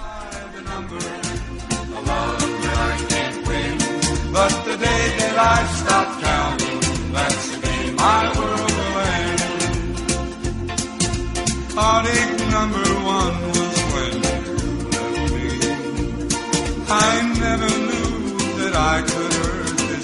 S5: But the day that I stop counting, that's the day. I were a man. Heartache number one was when you left me. I never knew that I could hurt this.